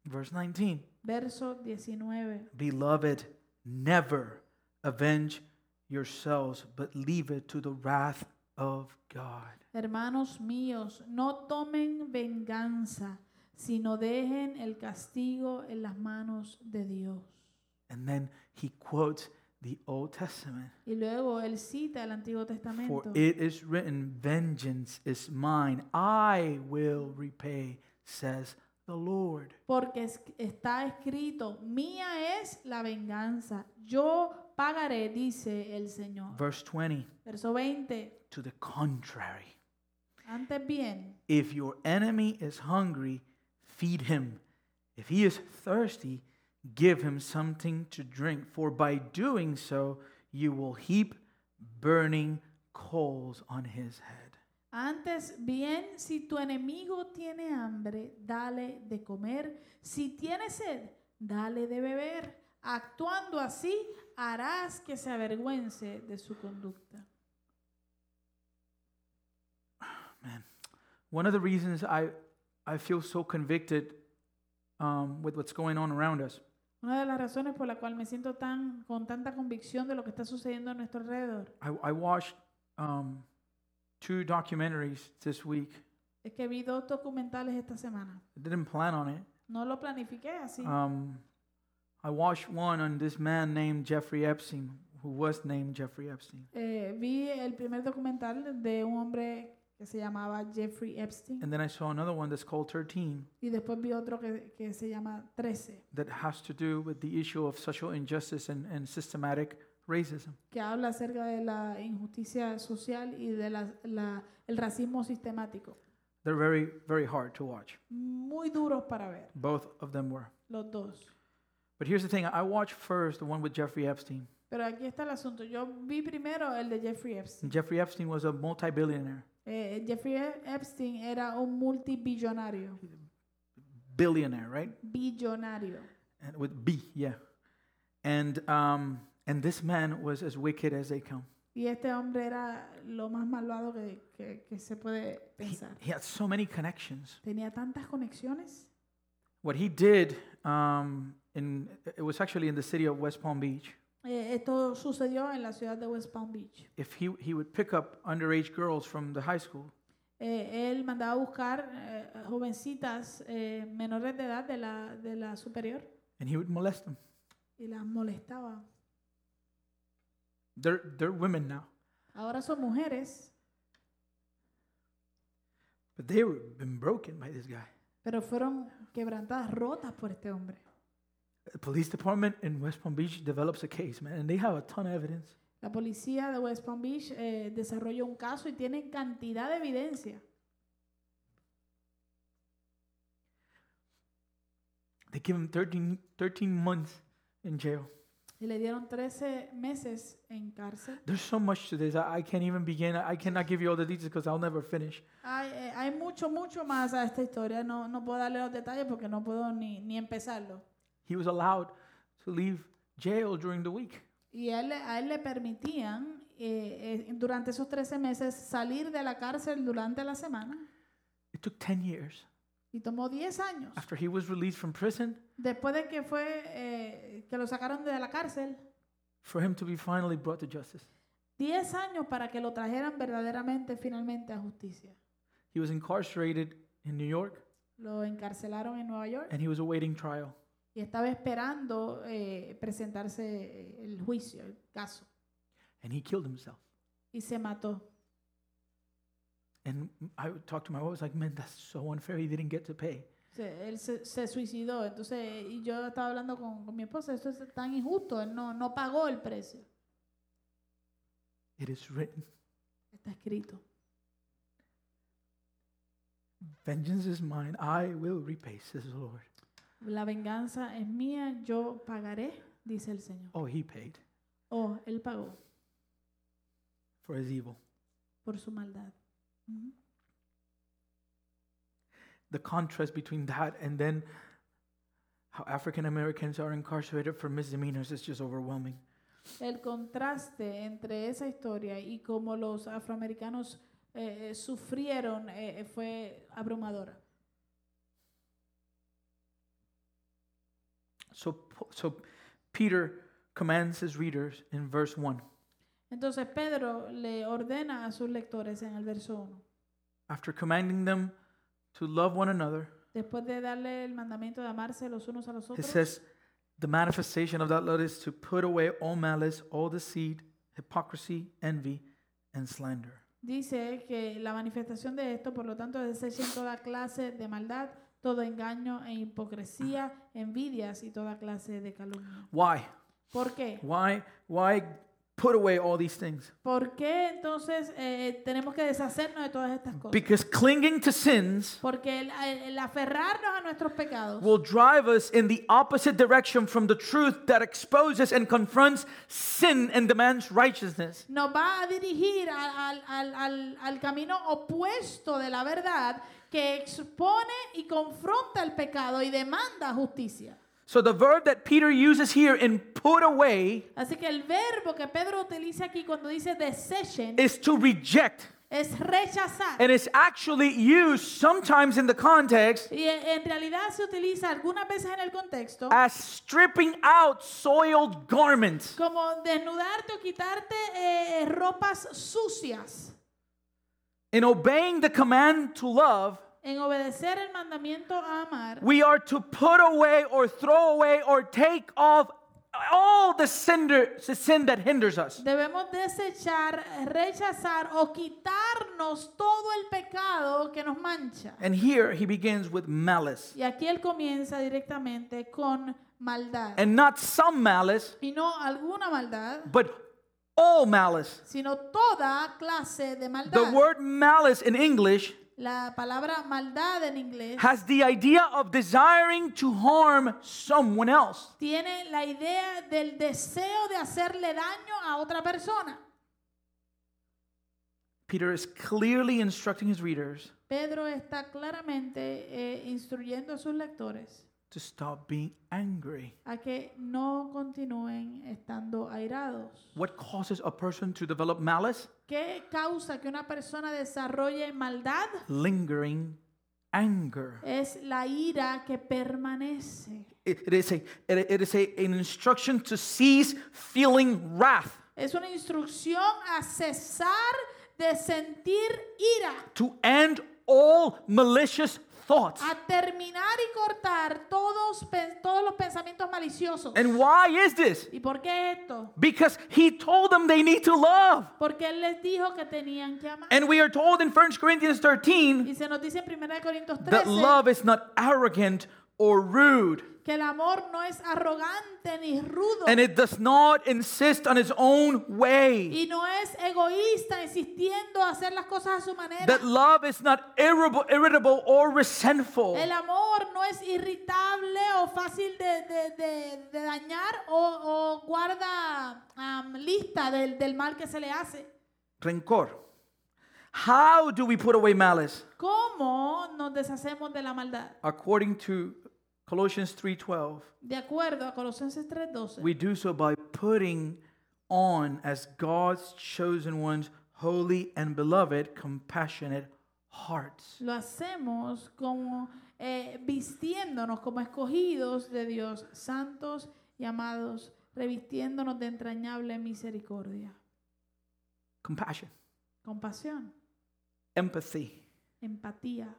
[SPEAKER 1] Verse 19
[SPEAKER 2] Verso 19.
[SPEAKER 1] Beloved, never avenge yourselves, but leave it to the wrath of God.
[SPEAKER 2] Hermanos míos, no tomen venganza, sino dejen el castigo en las manos de Dios.
[SPEAKER 1] And then he quotes the Old Testament.
[SPEAKER 2] Y luego él cita el Antiguo Testamento.
[SPEAKER 1] For it is written, Vengeance is mine, I will repay, says the Lord.
[SPEAKER 2] Porque es- está escrito, mía es la venganza, yo pagaré, dice el Señor.
[SPEAKER 1] Verse 20,
[SPEAKER 2] Verso 20,
[SPEAKER 1] to the contrary.
[SPEAKER 2] antes bien,
[SPEAKER 1] If your enemy is hungry, feed him. If he is thirsty, give him something to drink, for by doing so, you will heap burning coals on his head.
[SPEAKER 2] antes bien, si tu enemigo tiene hambre, dale de comer, si tiene sed, dale de beber. Actuando así, harás que se avergüence de su conducta.
[SPEAKER 1] One of the reasons I, I feel so convicted um, with what's going on around us
[SPEAKER 2] Una de las razones por la cual me siento tan con tanta convicción de lo que está sucediendo a nuestro alrededor
[SPEAKER 1] I, I watched um, two documentaries this week.
[SPEAKER 2] es que vi dos documentales esta semana.
[SPEAKER 1] I didn't plan on it.
[SPEAKER 2] No lo planifiqué así.
[SPEAKER 1] Um, I watched one on this man named Jeffrey Epstein, who was named Jeffrey Epstein.
[SPEAKER 2] Eh, vi el primer documental de un hombre que se llamaba Jeffrey Epstein
[SPEAKER 1] And then I saw another one that's called 13
[SPEAKER 2] y después vi otro que, que se llama 13,
[SPEAKER 1] that has to do with the issue of social injustice and, and systematic racism.
[SPEAKER 2] que habla acerca de la injusticia social y de la, la- el racismo sistemático.
[SPEAKER 1] They're very, very hard to watch.
[SPEAKER 2] Muy duros para ver,
[SPEAKER 1] Both of them were.
[SPEAKER 2] los dos.
[SPEAKER 1] But here's the thing I watched first the one with Jeffrey Epstein.
[SPEAKER 2] Pero aquí está el asunto. Yo vi primero el de Jeffrey Epstein.
[SPEAKER 1] And Jeffrey Epstein was a multi billionaire,
[SPEAKER 2] Eh, Jeffrey Epstein era un multibillonario,
[SPEAKER 1] billionaire, right?
[SPEAKER 2] billonario.
[SPEAKER 1] And with B, yeah. And, um, and this man was as wicked as they come.
[SPEAKER 2] Y este hombre era lo más malvado que, que- que se puede
[SPEAKER 1] He,
[SPEAKER 2] pensar.
[SPEAKER 1] he had so many connections.
[SPEAKER 2] Tenía tantas conexiones.
[SPEAKER 1] What he did, um, in, it was actually in the city of West Palm Beach.
[SPEAKER 2] Eh, esto sucedió en la ciudad de West Palm Beach.
[SPEAKER 1] if he, he would pick up underage girls from the high school
[SPEAKER 2] Eh, él mandaba a buscar eh, jovencitas eh, menores de edad de la, de la superior
[SPEAKER 1] and he would molest them.
[SPEAKER 2] y las molestaba.
[SPEAKER 1] They're, they're women now,
[SPEAKER 2] Ahora son mujeres,
[SPEAKER 1] but they were been broken by this guy.
[SPEAKER 2] pero fueron quebrantadas, rotas por este hombre.
[SPEAKER 1] The police department in West Palm Beach develops a case, man, and they have a ton of evidence.
[SPEAKER 2] La policía de West Palm Beach eh, desarrolló un caso y tiene cantidad de evidencia.
[SPEAKER 1] They give him 13, 13 months in jail.
[SPEAKER 2] Y le dieron 13 meses en cárcel.
[SPEAKER 1] There's so much to this. I, I can't even begin. I cannot give you all the details because I'll never finish.
[SPEAKER 2] Hay, eh, hay mucho, mucho más a esta historia. No, no puedo darle los detalles porque no puedo ni, ni empezarlo.
[SPEAKER 1] He was allowed to leave jail during the week.
[SPEAKER 2] Y a él, le- a él le permitían eh, eh, durante esos 13 meses salir de la cárcel durante la semana.
[SPEAKER 1] It took 10 years.
[SPEAKER 2] Y tomó 10 años.
[SPEAKER 1] After he was released from prison,
[SPEAKER 2] Después de que fue eh, que lo sacaron de la cárcel,
[SPEAKER 1] for him to be finally brought to justice.
[SPEAKER 2] 10 años para que lo trajeran verdaderamente, finalmente, a justicia.
[SPEAKER 1] He was incarcerated in New York
[SPEAKER 2] Lo encarcelaron en Nueva York
[SPEAKER 1] and he was awaiting trial.
[SPEAKER 2] y estaba esperando eh, presentarse eh, el juicio, el caso.
[SPEAKER 1] And he killed himself.
[SPEAKER 2] Y se mató.
[SPEAKER 1] And I would talk to my wife, I was like, man, that's so unfair. He didn't get to pay.
[SPEAKER 2] Se- él se, se suicidó. Entonces, y yo estaba hablando con, con mi esposa, eso es tan injusto, él no, no pagó el precio.
[SPEAKER 1] It is written,
[SPEAKER 2] Está escrito.
[SPEAKER 1] vengeance is mine. I will repay, says the Lord.
[SPEAKER 2] La venganza es mía, yo pagaré, dice el Señor.
[SPEAKER 1] Oh, he paid
[SPEAKER 2] Oh, él pagó
[SPEAKER 1] for his evil.
[SPEAKER 2] por su maldad. Ujú.
[SPEAKER 1] The contrast between that and then how African Americans are incarcerated for misdemeanors is just overwhelming.
[SPEAKER 2] El contraste entre esa historia y cómo los afroamericanos eh, eh, sufrieron eh, eh, fue abrumadora.
[SPEAKER 1] So, Po- so Peter commands his readers in verse 1
[SPEAKER 2] Entonces Pedro le ordena a sus lectores en el verso 1,
[SPEAKER 1] after commanding them to love one another,
[SPEAKER 2] después de darle el mandamiento de amarse los unos a los
[SPEAKER 1] It
[SPEAKER 2] otros,
[SPEAKER 1] says, the manifestation of that love is to put away all malice, all deceit, hypocrisy, envy, and slander.
[SPEAKER 2] dice que la manifestación de esto, por lo tanto, desechen toda clase de maldad, todo engaño e hipocresía, envidias y toda clase de calumnia.
[SPEAKER 1] Why?
[SPEAKER 2] ¿Por qué?
[SPEAKER 1] Why? Why put away all these things?
[SPEAKER 2] ¿Por qué entonces eh, tenemos que deshacernos de todas estas cosas?
[SPEAKER 1] Because clinging to sins
[SPEAKER 2] Porque el, el- el aferrarnos a nuestros pecados
[SPEAKER 1] will drive us in the opposite direction from the truth that exposes and confronts sin and demands righteousness.
[SPEAKER 2] nos va a dirigir al, al- al- al- al camino opuesto de la verdad que expone y confronta el pecado y demanda justicia.
[SPEAKER 1] So the verb that Peter uses here in put away
[SPEAKER 2] Así que el verbo que Pedro utiliza aquí cuando dice desechen
[SPEAKER 1] is to reject.
[SPEAKER 2] es rechazar.
[SPEAKER 1] And it's actually used sometimes in the context
[SPEAKER 2] Y en en realidad se utiliza algunas veces en el contexto
[SPEAKER 1] as stripping out soiled garments.
[SPEAKER 2] como desnudarte o quitarte eh, ropas sucias.
[SPEAKER 1] In obeying the command to love,
[SPEAKER 2] En obedecer el mandamiento a amar,
[SPEAKER 1] we are to put away or throw away or take off all the cinder, the sin that hinders us.
[SPEAKER 2] debemos desechar, rechazar o quitarnos todo el pecado que nos mancha.
[SPEAKER 1] And here he begins with malice.
[SPEAKER 2] Y aquí él comienza directamente con maldad.
[SPEAKER 1] And not some malice,
[SPEAKER 2] Y no alguna maldad,
[SPEAKER 1] but all malice.
[SPEAKER 2] sino toda clase de
[SPEAKER 1] The
[SPEAKER 2] maldad.
[SPEAKER 1] word malice in English
[SPEAKER 2] La palabra maldad en inglés
[SPEAKER 1] has the idea of desiring to harm someone else.
[SPEAKER 2] tiene la idea del deseo de hacerle daño a otra persona.
[SPEAKER 1] Peter is clearly instructing his readers
[SPEAKER 2] Pedro está claramente eh, instruyendo a sus lectores
[SPEAKER 1] to stop being angry.
[SPEAKER 2] a que no continúen estando airados.
[SPEAKER 1] What causes a person to develop malice?
[SPEAKER 2] ¿Qué causa que una persona desarrolle maldad?
[SPEAKER 1] Lingering anger.
[SPEAKER 2] Es la ira que permanece.
[SPEAKER 1] It- it is, a, it- it is a, an instruction to cease feeling wrath,
[SPEAKER 2] Es una instrucción a cesar de sentir ira,
[SPEAKER 1] to end all malicious thoughts.
[SPEAKER 2] a terminar y cortar todos, pe- todos los pensamientos maliciosos.
[SPEAKER 1] And why is this?
[SPEAKER 2] ¿Y por qué esto?
[SPEAKER 1] Because he told them they need to love.
[SPEAKER 2] Porque Él les dijo que tenían que amar.
[SPEAKER 1] And we are told in 1 Corinthians 13
[SPEAKER 2] Y se nos dice en 1 Corintios 13
[SPEAKER 1] that love is not arrogant or rude,
[SPEAKER 2] que el amor no es arrogante ni rudo
[SPEAKER 1] and it does not insist on its own way.
[SPEAKER 2] y no es egoísta insistiendo a hacer las cosas a su manera.
[SPEAKER 1] That love is not irritable, irritable or resentful.
[SPEAKER 2] El amor no es irritable o fácil de, de- de- de dañar o, o guarda am, lista del, del mal que se le hace.
[SPEAKER 1] rencor. How do we put away malice?
[SPEAKER 2] ¿Cómo nos deshacemos de la maldad?
[SPEAKER 1] According to Colossians 3:12,
[SPEAKER 2] De acuerdo a Colosenses 3:12.
[SPEAKER 1] we do so by putting on as God's chosen ones, holy and beloved, compassionate hearts.
[SPEAKER 2] Lo hacemos como eh, vistiéndonos como escogidos de Dios, santos y amados, revistiéndonos de entrañable misericordia,
[SPEAKER 1] Compassion,
[SPEAKER 2] compasión,
[SPEAKER 1] empathy.
[SPEAKER 2] empatía.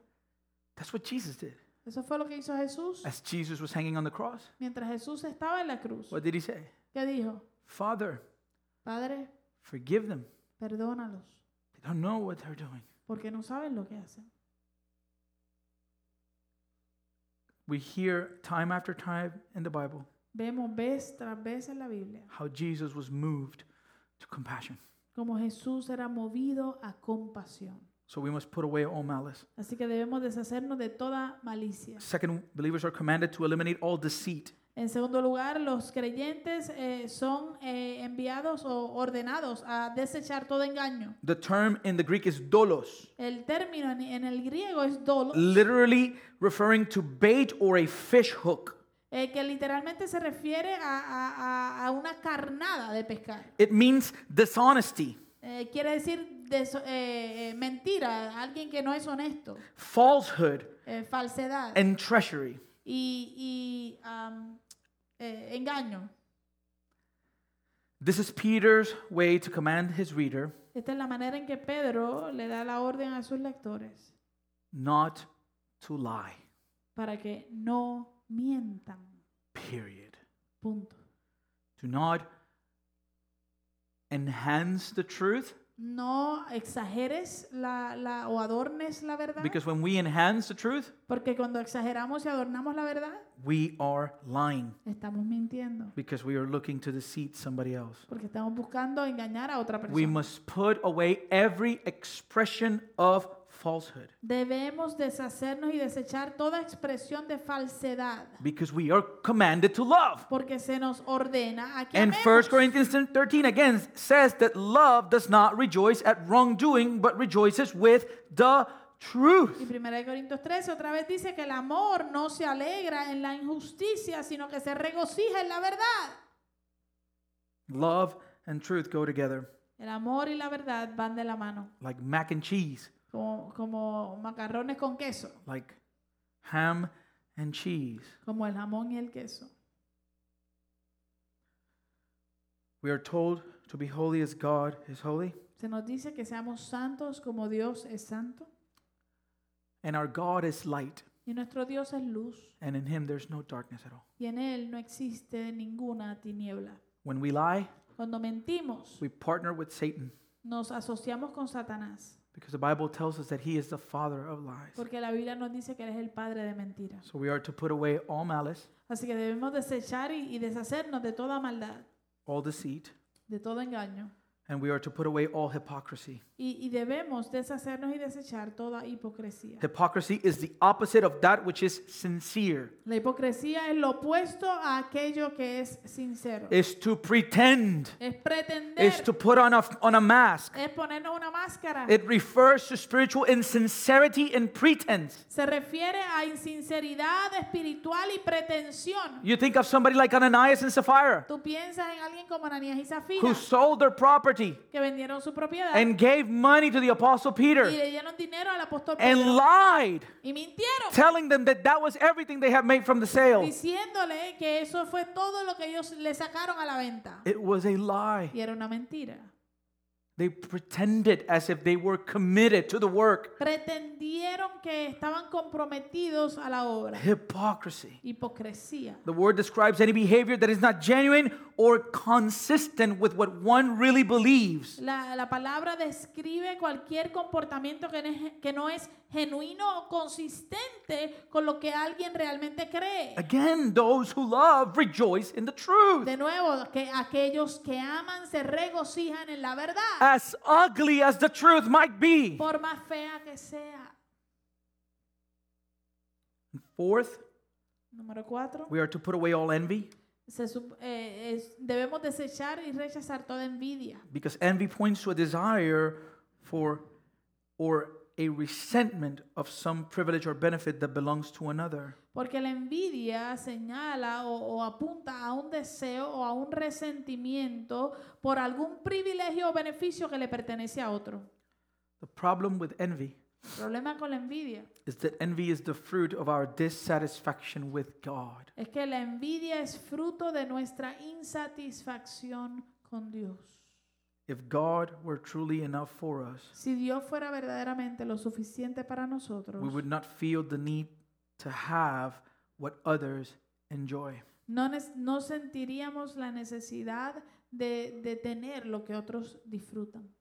[SPEAKER 1] That's what Jesus did.
[SPEAKER 2] Eso fue lo que hizo Jesús
[SPEAKER 1] As Jesus was hanging on the cross,
[SPEAKER 2] mientras Jesús estaba en la cruz.
[SPEAKER 1] what did he say?
[SPEAKER 2] ¿Qué dijo?
[SPEAKER 1] Father,
[SPEAKER 2] Padre,
[SPEAKER 1] forgive them.
[SPEAKER 2] perdónalos,
[SPEAKER 1] They don't know what they're doing.
[SPEAKER 2] porque no saben lo que hacen.
[SPEAKER 1] We hear time after time in the Bible
[SPEAKER 2] Vemos vez tras vez en la Biblia
[SPEAKER 1] how Jesus was moved to compassion.
[SPEAKER 2] como Jesús era movido a compasión.
[SPEAKER 1] So we must put away all malice.
[SPEAKER 2] Así que debemos deshacernos de toda malicia.
[SPEAKER 1] Second, believers are commanded to eliminate all deceit.
[SPEAKER 2] En segundo lugar, los creyentes eh, son eh, enviados o ordenados a desechar todo engaño.
[SPEAKER 1] The term in the Greek is dolos,
[SPEAKER 2] El término en, en el griego es dolo,
[SPEAKER 1] literally referring to bait or a fish hook.
[SPEAKER 2] eh, que literalmente se refiere a, a- a- a una carnada de pescar.
[SPEAKER 1] It means dishonesty,
[SPEAKER 2] Eh, quiere decir deso- eh, eh, mentira, alguien que no es honesto,
[SPEAKER 1] falsehood,
[SPEAKER 2] eh, falsedad
[SPEAKER 1] and treachery.
[SPEAKER 2] y, y, am, eh, engaño.
[SPEAKER 1] This is Peter's way to command his reader
[SPEAKER 2] Esta es la manera en que Pedro le da la orden a sus lectores
[SPEAKER 1] not to lie.
[SPEAKER 2] para que no mientan.
[SPEAKER 1] Period.
[SPEAKER 2] Punto.
[SPEAKER 1] Do not enhance the truth
[SPEAKER 2] No exageres la, la- o adornes la verdad,
[SPEAKER 1] because when we enhance the truth,
[SPEAKER 2] porque cuando exageramos y adornamos la verdad,
[SPEAKER 1] we are lying
[SPEAKER 2] estamos mintiendo,
[SPEAKER 1] because we are looking to deceive somebody else.
[SPEAKER 2] porque estamos buscando engañar a otra
[SPEAKER 1] We
[SPEAKER 2] persona.
[SPEAKER 1] must put away every expression of falsehood
[SPEAKER 2] Debemos deshacernos y desechar toda expresión de falsedad,
[SPEAKER 1] because we are commanded to love.
[SPEAKER 2] porque se nos ordena aquí.
[SPEAKER 1] And 1 Corinthians 13 again says that love does not rejoice at wrongdoing, but rejoices with the
[SPEAKER 2] Y
[SPEAKER 1] truth.
[SPEAKER 2] 1 de Corintios 13 otra vez dice que el amor no se alegra en la injusticia, sino que se regocija en la verdad.
[SPEAKER 1] Love and truth go together
[SPEAKER 2] El amor y la verdad van de la mano,
[SPEAKER 1] like mac and cheese,
[SPEAKER 2] como, como macarrones con queso,
[SPEAKER 1] like ham and cheese.
[SPEAKER 2] como el jamón y el queso.
[SPEAKER 1] We are told to be holy as God is holy,
[SPEAKER 2] Se nos dice que seamos santos como Dios es santo
[SPEAKER 1] and our God is light,
[SPEAKER 2] y nuestro Dios es luz
[SPEAKER 1] and in him there's no darkness at all.
[SPEAKER 2] y en Él no existe ninguna tiniebla.
[SPEAKER 1] When we lie,
[SPEAKER 2] Cuando mentimos,
[SPEAKER 1] we partner with Satan
[SPEAKER 2] nos asociamos con Satanás,
[SPEAKER 1] because the Bible tells us that he is the father of lies.
[SPEAKER 2] porque la Biblia nos dice que Él es el padre de mentiras.
[SPEAKER 1] So we are to put away all malice,
[SPEAKER 2] Así que debemos desechar y, y deshacernos de toda maldad,
[SPEAKER 1] all deceit,
[SPEAKER 2] de todo engaño.
[SPEAKER 1] and we are to put away all hypocrisy.
[SPEAKER 2] Y, y debemos deshacernos y desechar toda hipocresía.
[SPEAKER 1] Hypocrisy is the opposite of that which is sincere.
[SPEAKER 2] La hipocresía es lo opuesto a aquello que es sincero.
[SPEAKER 1] Is to pretend.
[SPEAKER 2] Es pretender,
[SPEAKER 1] Is to put on a on a mask.
[SPEAKER 2] es ponernos una máscara.
[SPEAKER 1] It refers to spiritual insincerity and pretense.
[SPEAKER 2] Se refiere a insinceridad espiritual y pretensión.
[SPEAKER 1] You think of somebody like Ananias and Sapphira
[SPEAKER 2] Tú piensas en alguien como Ananías y Zafira,
[SPEAKER 1] who sold their property
[SPEAKER 2] que vendieron su propiedad
[SPEAKER 1] and gave money to the apostle
[SPEAKER 2] y
[SPEAKER 1] Peter
[SPEAKER 2] le dieron dinero al apóstol
[SPEAKER 1] and
[SPEAKER 2] Pedro
[SPEAKER 1] lied,
[SPEAKER 2] y mintieron,
[SPEAKER 1] telling them that that was everything they had made from the sale.
[SPEAKER 2] diciéndole que eso fue todo lo que ellos le sacaron a la venta.
[SPEAKER 1] It was a lie.
[SPEAKER 2] Y era una mentira.
[SPEAKER 1] They pretended as if they were committed to the work.
[SPEAKER 2] Pretendieron que estaban comprometidos a la obra.
[SPEAKER 1] Hypocrisy.
[SPEAKER 2] Hipocresía.
[SPEAKER 1] The word describes any behavior that is not genuine or consistent with what one really believes.
[SPEAKER 2] La, la palabra describe cualquier comportamiento que, no es- que no es genuino o consistente con lo que alguien realmente cree.
[SPEAKER 1] Again, those who love rejoice in the truth.
[SPEAKER 2] De nuevo, que aquellos que aman se regocijan en la verdad,
[SPEAKER 1] As ugly as the truth might be.
[SPEAKER 2] por más fea que sea.
[SPEAKER 1] Fourth,
[SPEAKER 2] Número cuatro,
[SPEAKER 1] we are to put away all envy
[SPEAKER 2] se sup- eh, es- debemos desechar y rechazar toda envidia,
[SPEAKER 1] because envy points to a desire for or a resentment of some privilege or benefit that belongs to another.
[SPEAKER 2] porque la envidia señala o, o apunta a un deseo o a un resentimiento por algún privilegio o beneficio que le pertenece a otro.
[SPEAKER 1] The problem with envy
[SPEAKER 2] El problema con la envidia
[SPEAKER 1] is that envy is the fruit of our dissatisfaction with God.
[SPEAKER 2] es que la envidia es fruto de nuestra insatisfacción con Dios.
[SPEAKER 1] If God were truly enough for us,
[SPEAKER 2] Si Dios fuera verdaderamente lo suficiente para
[SPEAKER 1] we
[SPEAKER 2] nosotros,
[SPEAKER 1] would not feel the need to have what others enjoy.
[SPEAKER 2] no, nes- no sentiríamos la necesidad de, de tener lo que otros disfrutan.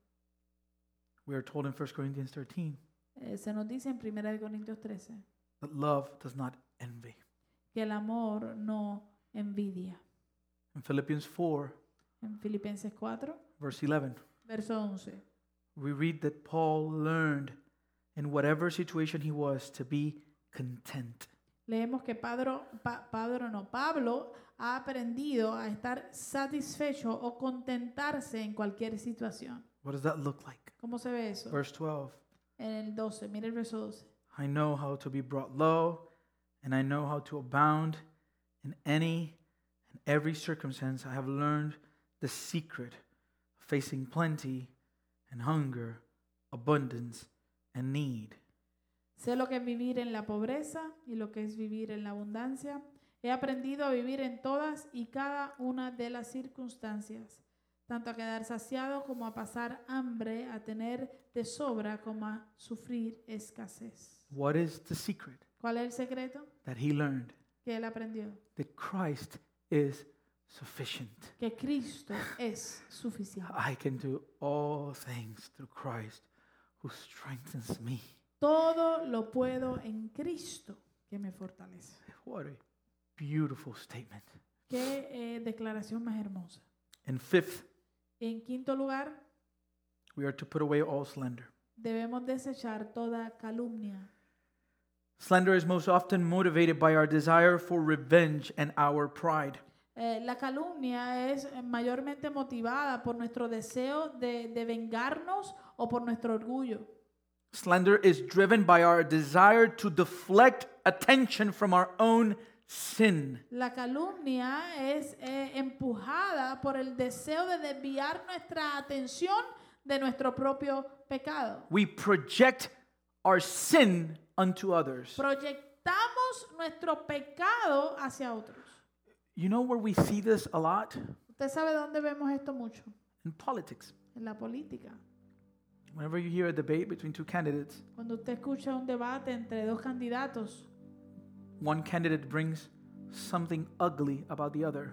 [SPEAKER 1] We are told in 1 Corinthians 13
[SPEAKER 2] Eh, se nos dice en 1 de Corintios 13
[SPEAKER 1] that love does not envy.
[SPEAKER 2] que el amor no envidia.
[SPEAKER 1] In Philippians 4,
[SPEAKER 2] En Filipenses 4,
[SPEAKER 1] verse 11,
[SPEAKER 2] verso 11.
[SPEAKER 1] we read that Paul learned in whatever situation he was to be content.
[SPEAKER 2] Leemos que Pablo, Pa- Pablo no, Pablo ha aprendido a estar satisfecho o contentarse en cualquier situación.
[SPEAKER 1] What does that look like?
[SPEAKER 2] ¿Cómo se ve eso?
[SPEAKER 1] Verse 12.
[SPEAKER 2] En el 12, mira el verso 12.
[SPEAKER 1] I know how to be brought low, and I know how to abound in any and every circumstance. I have learned the secret of facing plenty and hunger, abundance and need.
[SPEAKER 2] Sé lo que es vivir en la pobreza y lo que es vivir en la abundancia. He aprendido a vivir en todas y cada una de las circunstancias, tanto a quedar saciado como a pasar hambre, a tener de sobra como a sufrir escasez.
[SPEAKER 1] What is the secret
[SPEAKER 2] ¿Cuál es el secreto
[SPEAKER 1] that he learned?
[SPEAKER 2] que él aprendió?
[SPEAKER 1] That Christ is sufficient.
[SPEAKER 2] Que Cristo es suficiente.
[SPEAKER 1] I can do all things through Christ who strengthens me.
[SPEAKER 2] Todo lo puedo en Cristo que me fortalece.
[SPEAKER 1] What a beautiful statement.
[SPEAKER 2] Qué eh, declaración más hermosa.
[SPEAKER 1] And fifth,
[SPEAKER 2] En quinto lugar,
[SPEAKER 1] we are to put away all slander.
[SPEAKER 2] debemos desechar toda calumnia.
[SPEAKER 1] Slander is most often motivated by our desire for revenge and our pride.
[SPEAKER 2] Eh, la calumnia es eh, mayormente motivada por nuestro deseo de, de vengarnos o por nuestro orgullo.
[SPEAKER 1] Slander is driven by our desire to deflect attention from our own sin.
[SPEAKER 2] La calumnia es eh, empujada por el deseo de desviar nuestra atención de nuestro propio pecado.
[SPEAKER 1] We project our sin unto others.
[SPEAKER 2] Proyectamos nuestro pecado hacia otros.
[SPEAKER 1] You know where we see this a lot?
[SPEAKER 2] Usted sabe dónde vemos esto mucho,
[SPEAKER 1] In politics.
[SPEAKER 2] en la política.
[SPEAKER 1] Whenever you hear a debate between two candidates,
[SPEAKER 2] Cuando usted escucha un debate entre dos candidatos,
[SPEAKER 1] one candidate brings something ugly about the other.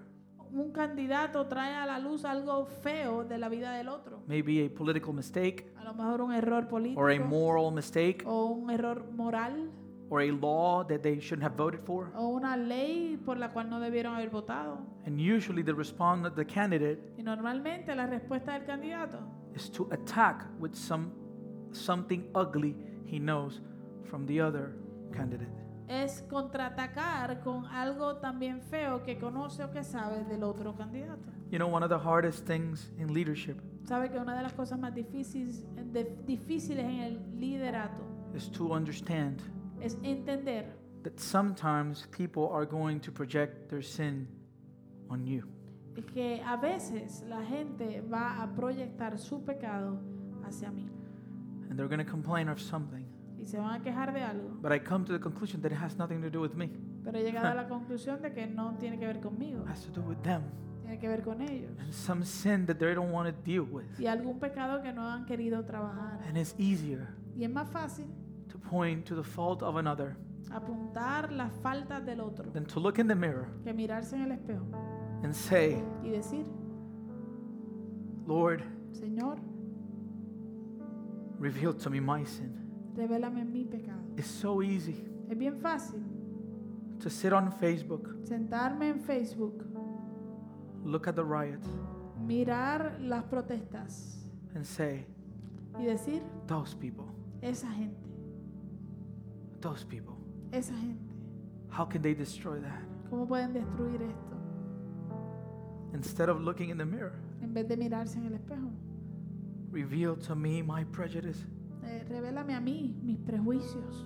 [SPEAKER 2] un candidato trae a la luz algo feo de la vida del otro.
[SPEAKER 1] Maybe a political mistake,
[SPEAKER 2] A lo mejor un error político
[SPEAKER 1] or a moral mistake,
[SPEAKER 2] o un error moral
[SPEAKER 1] or a law that they shouldn't have voted for.
[SPEAKER 2] o una ley por la cual no debieron haber votado.
[SPEAKER 1] And usually the response of the candidate
[SPEAKER 2] Y normalmente la respuesta del candidato
[SPEAKER 1] is to attack with some something ugly he knows from the other candidate.
[SPEAKER 2] es contraatacar con algo también feo que conoce o que sabe del otro candidato.
[SPEAKER 1] You know, one of the hardest things in leadership
[SPEAKER 2] Sabe que una de las cosas más difíciles, de- difíciles en el liderato
[SPEAKER 1] is to understand
[SPEAKER 2] es entender
[SPEAKER 1] that sometimes people are going to project their sin on you.
[SPEAKER 2] que a veces la gente va a proyectar su pecado hacia mí
[SPEAKER 1] And they're going to complain of something.
[SPEAKER 2] y se van a quejar de algo,
[SPEAKER 1] But I come to the conclusion that it has nothing to do with me.
[SPEAKER 2] pero he llegado a la conclusión de que no tiene que ver conmigo,
[SPEAKER 1] It has to do with them
[SPEAKER 2] tiene que ver con ellos
[SPEAKER 1] and some sin that they don't want to deal with.
[SPEAKER 2] y algún pecado que no han querido trabajar.
[SPEAKER 1] And it's easier
[SPEAKER 2] Y es más fácil
[SPEAKER 1] to point to the fault of another
[SPEAKER 2] apuntar las faltas del otro
[SPEAKER 1] than to look in the mirror
[SPEAKER 2] que mirarse en el espejo
[SPEAKER 1] and say,
[SPEAKER 2] y decir,
[SPEAKER 1] Lord,
[SPEAKER 2] Señor,
[SPEAKER 1] reveal to me my sin.
[SPEAKER 2] revélame mi pecado.
[SPEAKER 1] It's so easy
[SPEAKER 2] Es bien fácil
[SPEAKER 1] to sit on Facebook,
[SPEAKER 2] sentarme en Facebook,
[SPEAKER 1] look at the riots,
[SPEAKER 2] mirar las protestas
[SPEAKER 1] and say,
[SPEAKER 2] y decir,
[SPEAKER 1] Those people,
[SPEAKER 2] esa gente,
[SPEAKER 1] those people,
[SPEAKER 2] esa gente.
[SPEAKER 1] how can they destroy that?
[SPEAKER 2] ¿Cómo pueden destruir esto?
[SPEAKER 1] Instead of looking in the mirror,
[SPEAKER 2] En vez de mirarse en el espejo.
[SPEAKER 1] reveal to me my prejudice.
[SPEAKER 2] Eh, revélame a mí mis prejuicios.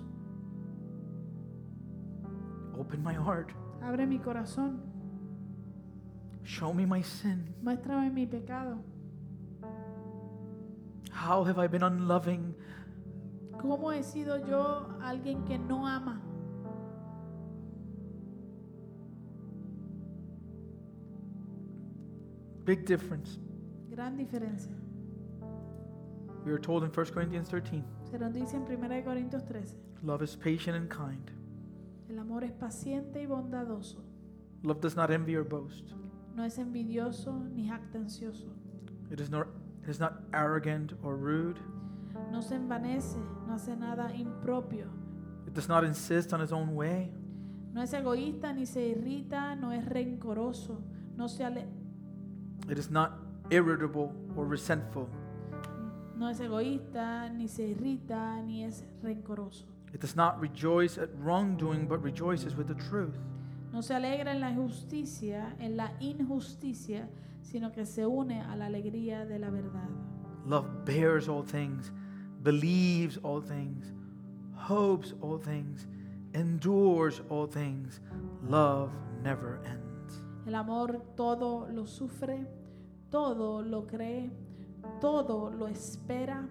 [SPEAKER 1] Open my heart.
[SPEAKER 2] Abre mi corazón.
[SPEAKER 1] Show me my sin.
[SPEAKER 2] Muéstrame mi pecado.
[SPEAKER 1] How have I been unloving?
[SPEAKER 2] ¿Cómo he sido yo alguien que no ama?
[SPEAKER 1] Big difference.
[SPEAKER 2] Gran diferencia.
[SPEAKER 1] We are told in 1 Corinthians 13
[SPEAKER 2] Se nos dice en 1 de Corintios 13.
[SPEAKER 1] love is patient and kind.
[SPEAKER 2] El amor es paciente y bondadoso.
[SPEAKER 1] Love does not envy or boast.
[SPEAKER 2] No es envidioso ni jactancioso.
[SPEAKER 1] It is, nor, it is not arrogant or rude.
[SPEAKER 2] No se envanece. No hace nada impropio.
[SPEAKER 1] It does not insist on its own way.
[SPEAKER 2] No es egoísta ni se irrita. No es rencoroso. No se ale-
[SPEAKER 1] It is not irritable or resentful.
[SPEAKER 2] No es egoísta, ni se irrita, ni es rencoroso.
[SPEAKER 1] It does not rejoice at wrongdoing, but rejoices with the truth.
[SPEAKER 2] No se alegra en la injusticia, en la injusticia, sino que se une a la alegría de la verdad.
[SPEAKER 1] Love bears all things, believes all things, hopes all things, endures all things. Love never ends.
[SPEAKER 2] El amor todo lo sufre, todo lo cree, todo lo espera,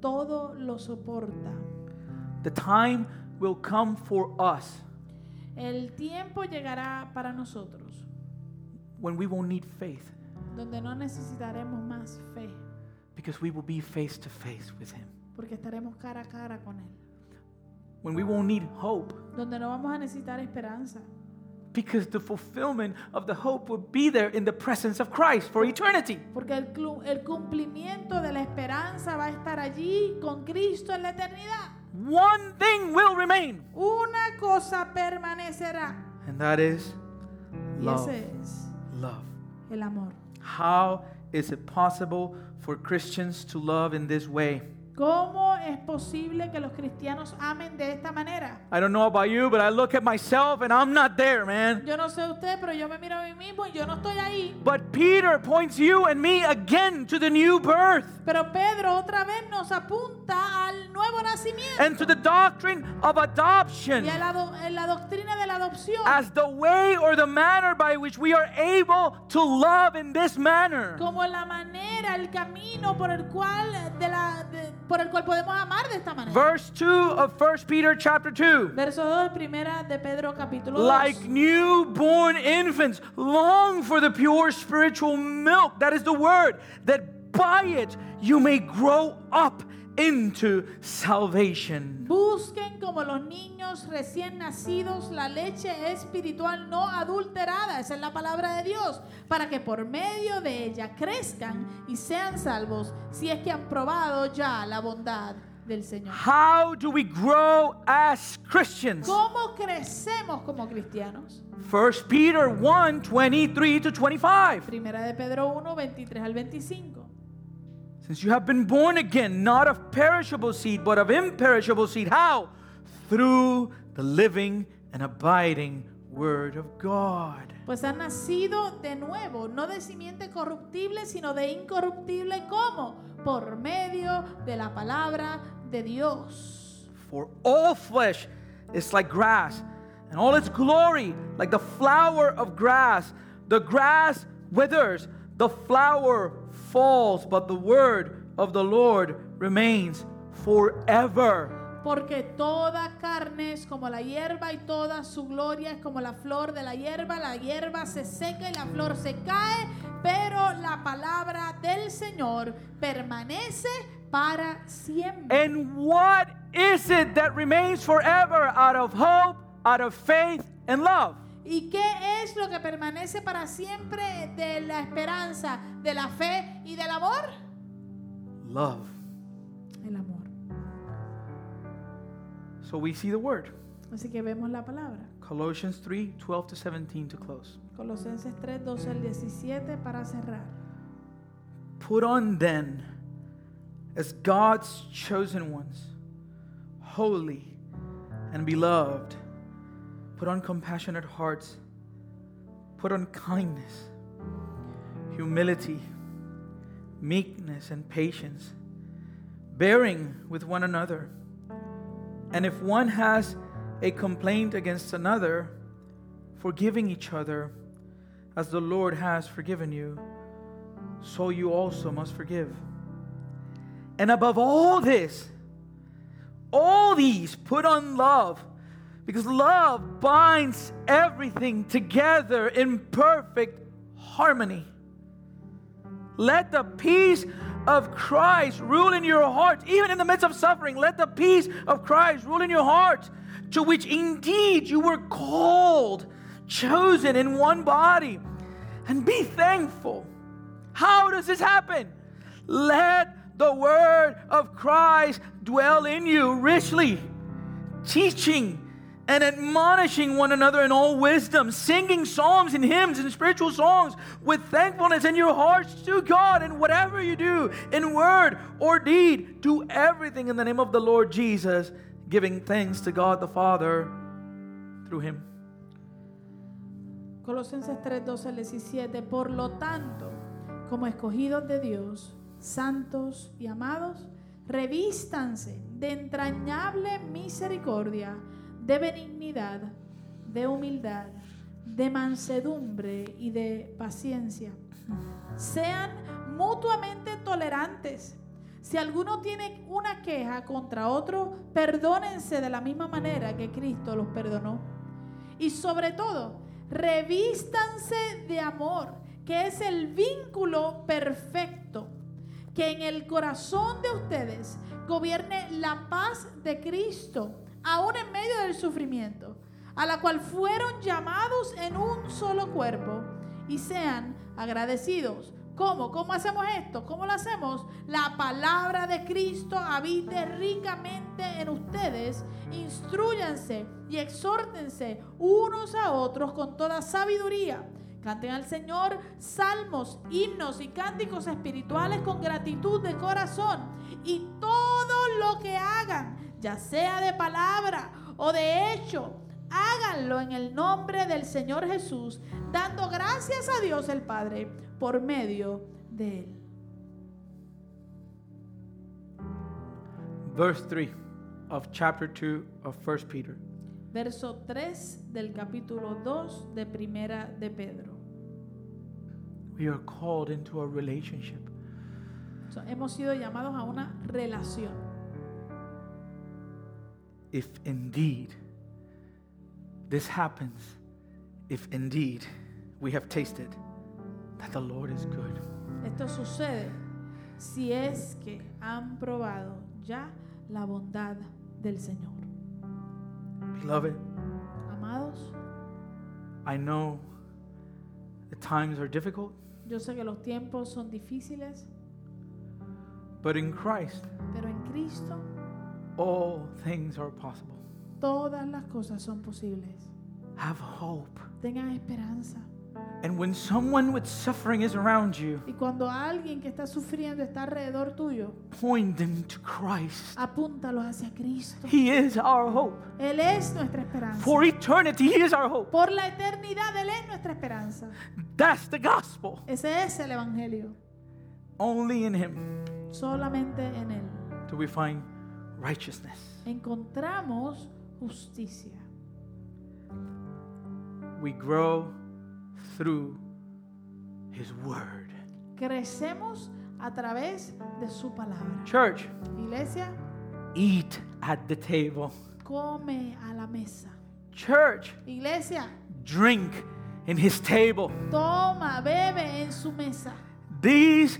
[SPEAKER 2] todo lo soporta.
[SPEAKER 1] The time will come for us
[SPEAKER 2] El tiempo llegará para nosotros
[SPEAKER 1] when we won't need faith
[SPEAKER 2] donde no necesitaremos más fe
[SPEAKER 1] because we will be face to face with Him.
[SPEAKER 2] porque estaremos cara a cara con Él.
[SPEAKER 1] When we won't need hope
[SPEAKER 2] Donde no vamos a necesitar esperanza
[SPEAKER 1] because the fulfillment of the hope will be there in the presence of Christ for eternity.
[SPEAKER 2] porque el, clu- el cumplimiento de la esperanza va a estar allí con Cristo en la eternidad.
[SPEAKER 1] One thing will remain,
[SPEAKER 2] Una cosa permanecerá
[SPEAKER 1] and that is
[SPEAKER 2] y
[SPEAKER 1] love.
[SPEAKER 2] ese es
[SPEAKER 1] Love.
[SPEAKER 2] el amor.
[SPEAKER 1] How is it possible for Christians to love in this way?
[SPEAKER 2] ¿Cómo es posible que los cristianos amen de esta manera?
[SPEAKER 1] I don't know about you, but I look at myself and I'm not there, man.
[SPEAKER 2] Yo no sé usted, pero yo me miro a mí mismo y yo no estoy ahí.
[SPEAKER 1] But Peter points you and me again to the new birth
[SPEAKER 2] Pero Pedro otra vez nos apunta al nuevo nacimiento
[SPEAKER 1] and to the doctrine of adoption
[SPEAKER 2] y a la, do- en la doctrina de la adopción
[SPEAKER 1] as the way or the manner by which we are able to love in this manner.
[SPEAKER 2] como la manera, el camino por el cual de la, de- por el cual podemos amar de esta manera.
[SPEAKER 1] Verse 2 of 1 Peter chapter 2.
[SPEAKER 2] Verso 2 de primera de Pedro capítulo 2.
[SPEAKER 1] Like newborn infants, long for the pure spiritual milk, that is the word, that by it you may grow up into salvation.
[SPEAKER 2] Busquen como los niños recién nacidos la leche espiritual no adulterada, esa es la palabra de Dios, para que por medio de ella crezcan y sean salvos, si es que han probado ya la bondad del Señor.
[SPEAKER 1] How do we grow as Christians?
[SPEAKER 2] ¿Cómo crecemos como cristianos?
[SPEAKER 1] 1 Peter 1 23 to 25.
[SPEAKER 2] Primera de Pedro 1, 23 al 25.
[SPEAKER 1] Since you have been born again, not of perishable seed, but of imperishable seed. How? Through the living and abiding Word of God.
[SPEAKER 2] Pues han nacido de nuevo, no de simiente corruptible, sino de incorruptible. ¿Cómo? Por medio de la palabra de Dios.
[SPEAKER 1] For all flesh is like grass, and all its glory like the flower of grass. The grass withers, the flower falls, but the word of the Lord remains forever.
[SPEAKER 2] Porque toda carne es como la hierba y toda su gloria es como la flor de la hierba. La hierba se seca y la flor se cae, pero la palabra del Señor permanece para siempre.
[SPEAKER 1] And what is it that remains forever out of hope, out of faith, and love?
[SPEAKER 2] ¿Y qué es lo que permanece para siempre de la esperanza, de la fe y del amor?
[SPEAKER 1] Love.
[SPEAKER 2] El amor.
[SPEAKER 1] So we see the word.
[SPEAKER 2] Así que vemos la palabra.
[SPEAKER 1] Colossians 3 12 to 17 to close.
[SPEAKER 2] Colosenses 3, 12 al 17 para cerrar.
[SPEAKER 1] Put on then, as God's chosen ones, holy and beloved, put on compassionate hearts, put on kindness, humility, meekness, and patience, bearing with one another. And if one has a complaint against another, forgiving each other, as the Lord has forgiven you so you also must forgive. And above all this, all these put on love, because love binds everything together in perfect harmony. Let the peace of Christ rule in your heart, even in the midst of suffering. Let the peace of Christ rule in your heart, to which indeed you were called, chosen in one body. And be thankful. How does this happen? Let the word of Christ dwell in you richly, teaching and admonishing one another in all wisdom, singing psalms and hymns and spiritual songs with thankfulness in your hearts to God. And whatever you do, in word or deed, do everything in the name of the Lord Jesus, giving thanks to God the Father through him.
[SPEAKER 2] Colosenses 3, 12 al 17. Por lo tanto, como escogidos de Dios, santos y amados, revístanse de entrañable misericordia, de benignidad, de humildad, de mansedumbre y de paciencia. Sean mutuamente tolerantes. Si alguno tiene una queja contra otro, perdónense de la misma manera que Cristo los perdonó. Y sobre todo, revístanse de amor, que es el vínculo perfecto. Que en el corazón de ustedes gobierne la paz de Cristo, aún en medio del sufrimiento, a la cual fueron llamados en un solo cuerpo. Y sean agradecidos. ¿Cómo? ¿Cómo hacemos esto? ¿Cómo lo hacemos? La palabra de Cristo habite ricamente en ustedes. Instruyanse y exhórtense unos a otros con toda sabiduría. Canten al Señor salmos, himnos y cánticos espirituales con gratitud de corazón. Y todo lo que hagan, ya sea de palabra o de hecho, háganlo en el nombre del Señor Jesús, dando gracias a Dios el Padre por medio de Él.
[SPEAKER 1] Verse 3 of chapter 2 of 1 Peter.
[SPEAKER 2] Verso 3 del capítulo 2 de Primera de Pedro.
[SPEAKER 1] We are called into a relationship.
[SPEAKER 2] So, hemos sido llamados a una relación.
[SPEAKER 1] If indeed this happens, if indeed we have tasted that the Lord is good.
[SPEAKER 2] Esto sucede si es que han probado ya la bondad del Señor.
[SPEAKER 1] Beloved,
[SPEAKER 2] Amados,
[SPEAKER 1] I know the times are difficult,
[SPEAKER 2] yo sé que los tiempos son difíciles,
[SPEAKER 1] but in Christ,
[SPEAKER 2] pero en Cristo
[SPEAKER 1] all things are possible.
[SPEAKER 2] todas las cosas son posibles.
[SPEAKER 1] Have hope.
[SPEAKER 2] Tengan esperanza.
[SPEAKER 1] And when someone with suffering is around you,
[SPEAKER 2] Y cuando alguien que está sufriendo está alrededor tuyo,
[SPEAKER 1] point them to Christ.
[SPEAKER 2] apúntalos hacia Cristo.
[SPEAKER 1] He is our hope.
[SPEAKER 2] Él es nuestra esperanza.
[SPEAKER 1] For eternity, He is our hope.
[SPEAKER 2] Por la eternidad Él es nuestra esperanza.
[SPEAKER 1] That's the gospel.
[SPEAKER 2] Ese es el Evangelio.
[SPEAKER 1] Only in Him
[SPEAKER 2] Solamente en Él
[SPEAKER 1] do we find righteousness.
[SPEAKER 2] encontramos justicia.
[SPEAKER 1] We grow through His Word.
[SPEAKER 2] Crecemos a través de su palabra.
[SPEAKER 1] Church,
[SPEAKER 2] Iglesia,
[SPEAKER 1] eat at the table.
[SPEAKER 2] come a la mesa.
[SPEAKER 1] Church,
[SPEAKER 2] Iglesia,
[SPEAKER 1] drink in His table.
[SPEAKER 2] toma, bebe en su mesa.
[SPEAKER 1] These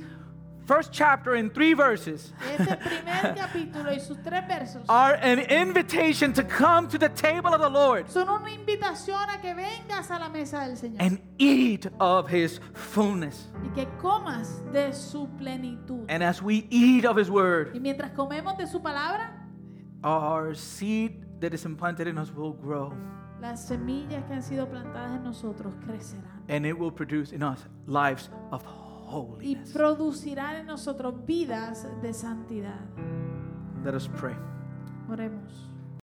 [SPEAKER 1] first chapter in three verses
[SPEAKER 2] Este primer capítulo y sus tres versos
[SPEAKER 1] are an invitation to come to the table of the Lord
[SPEAKER 2] son una invitación a que vengas a la mesa del Señor
[SPEAKER 1] and eat of His fullness.
[SPEAKER 2] y que comas de su plenitud.
[SPEAKER 1] And as we eat of His
[SPEAKER 2] Y
[SPEAKER 1] Word,
[SPEAKER 2] mientras comemos de su palabra,
[SPEAKER 1] our seed that is implanted in us will grow
[SPEAKER 2] las semillas que han sido plantadas en nosotros crecerán
[SPEAKER 1] and it will produce in us lives of
[SPEAKER 2] y
[SPEAKER 1] holiness.
[SPEAKER 2] producirán en nosotros vidas de santidad.
[SPEAKER 1] Let us pray.
[SPEAKER 2] Oremos.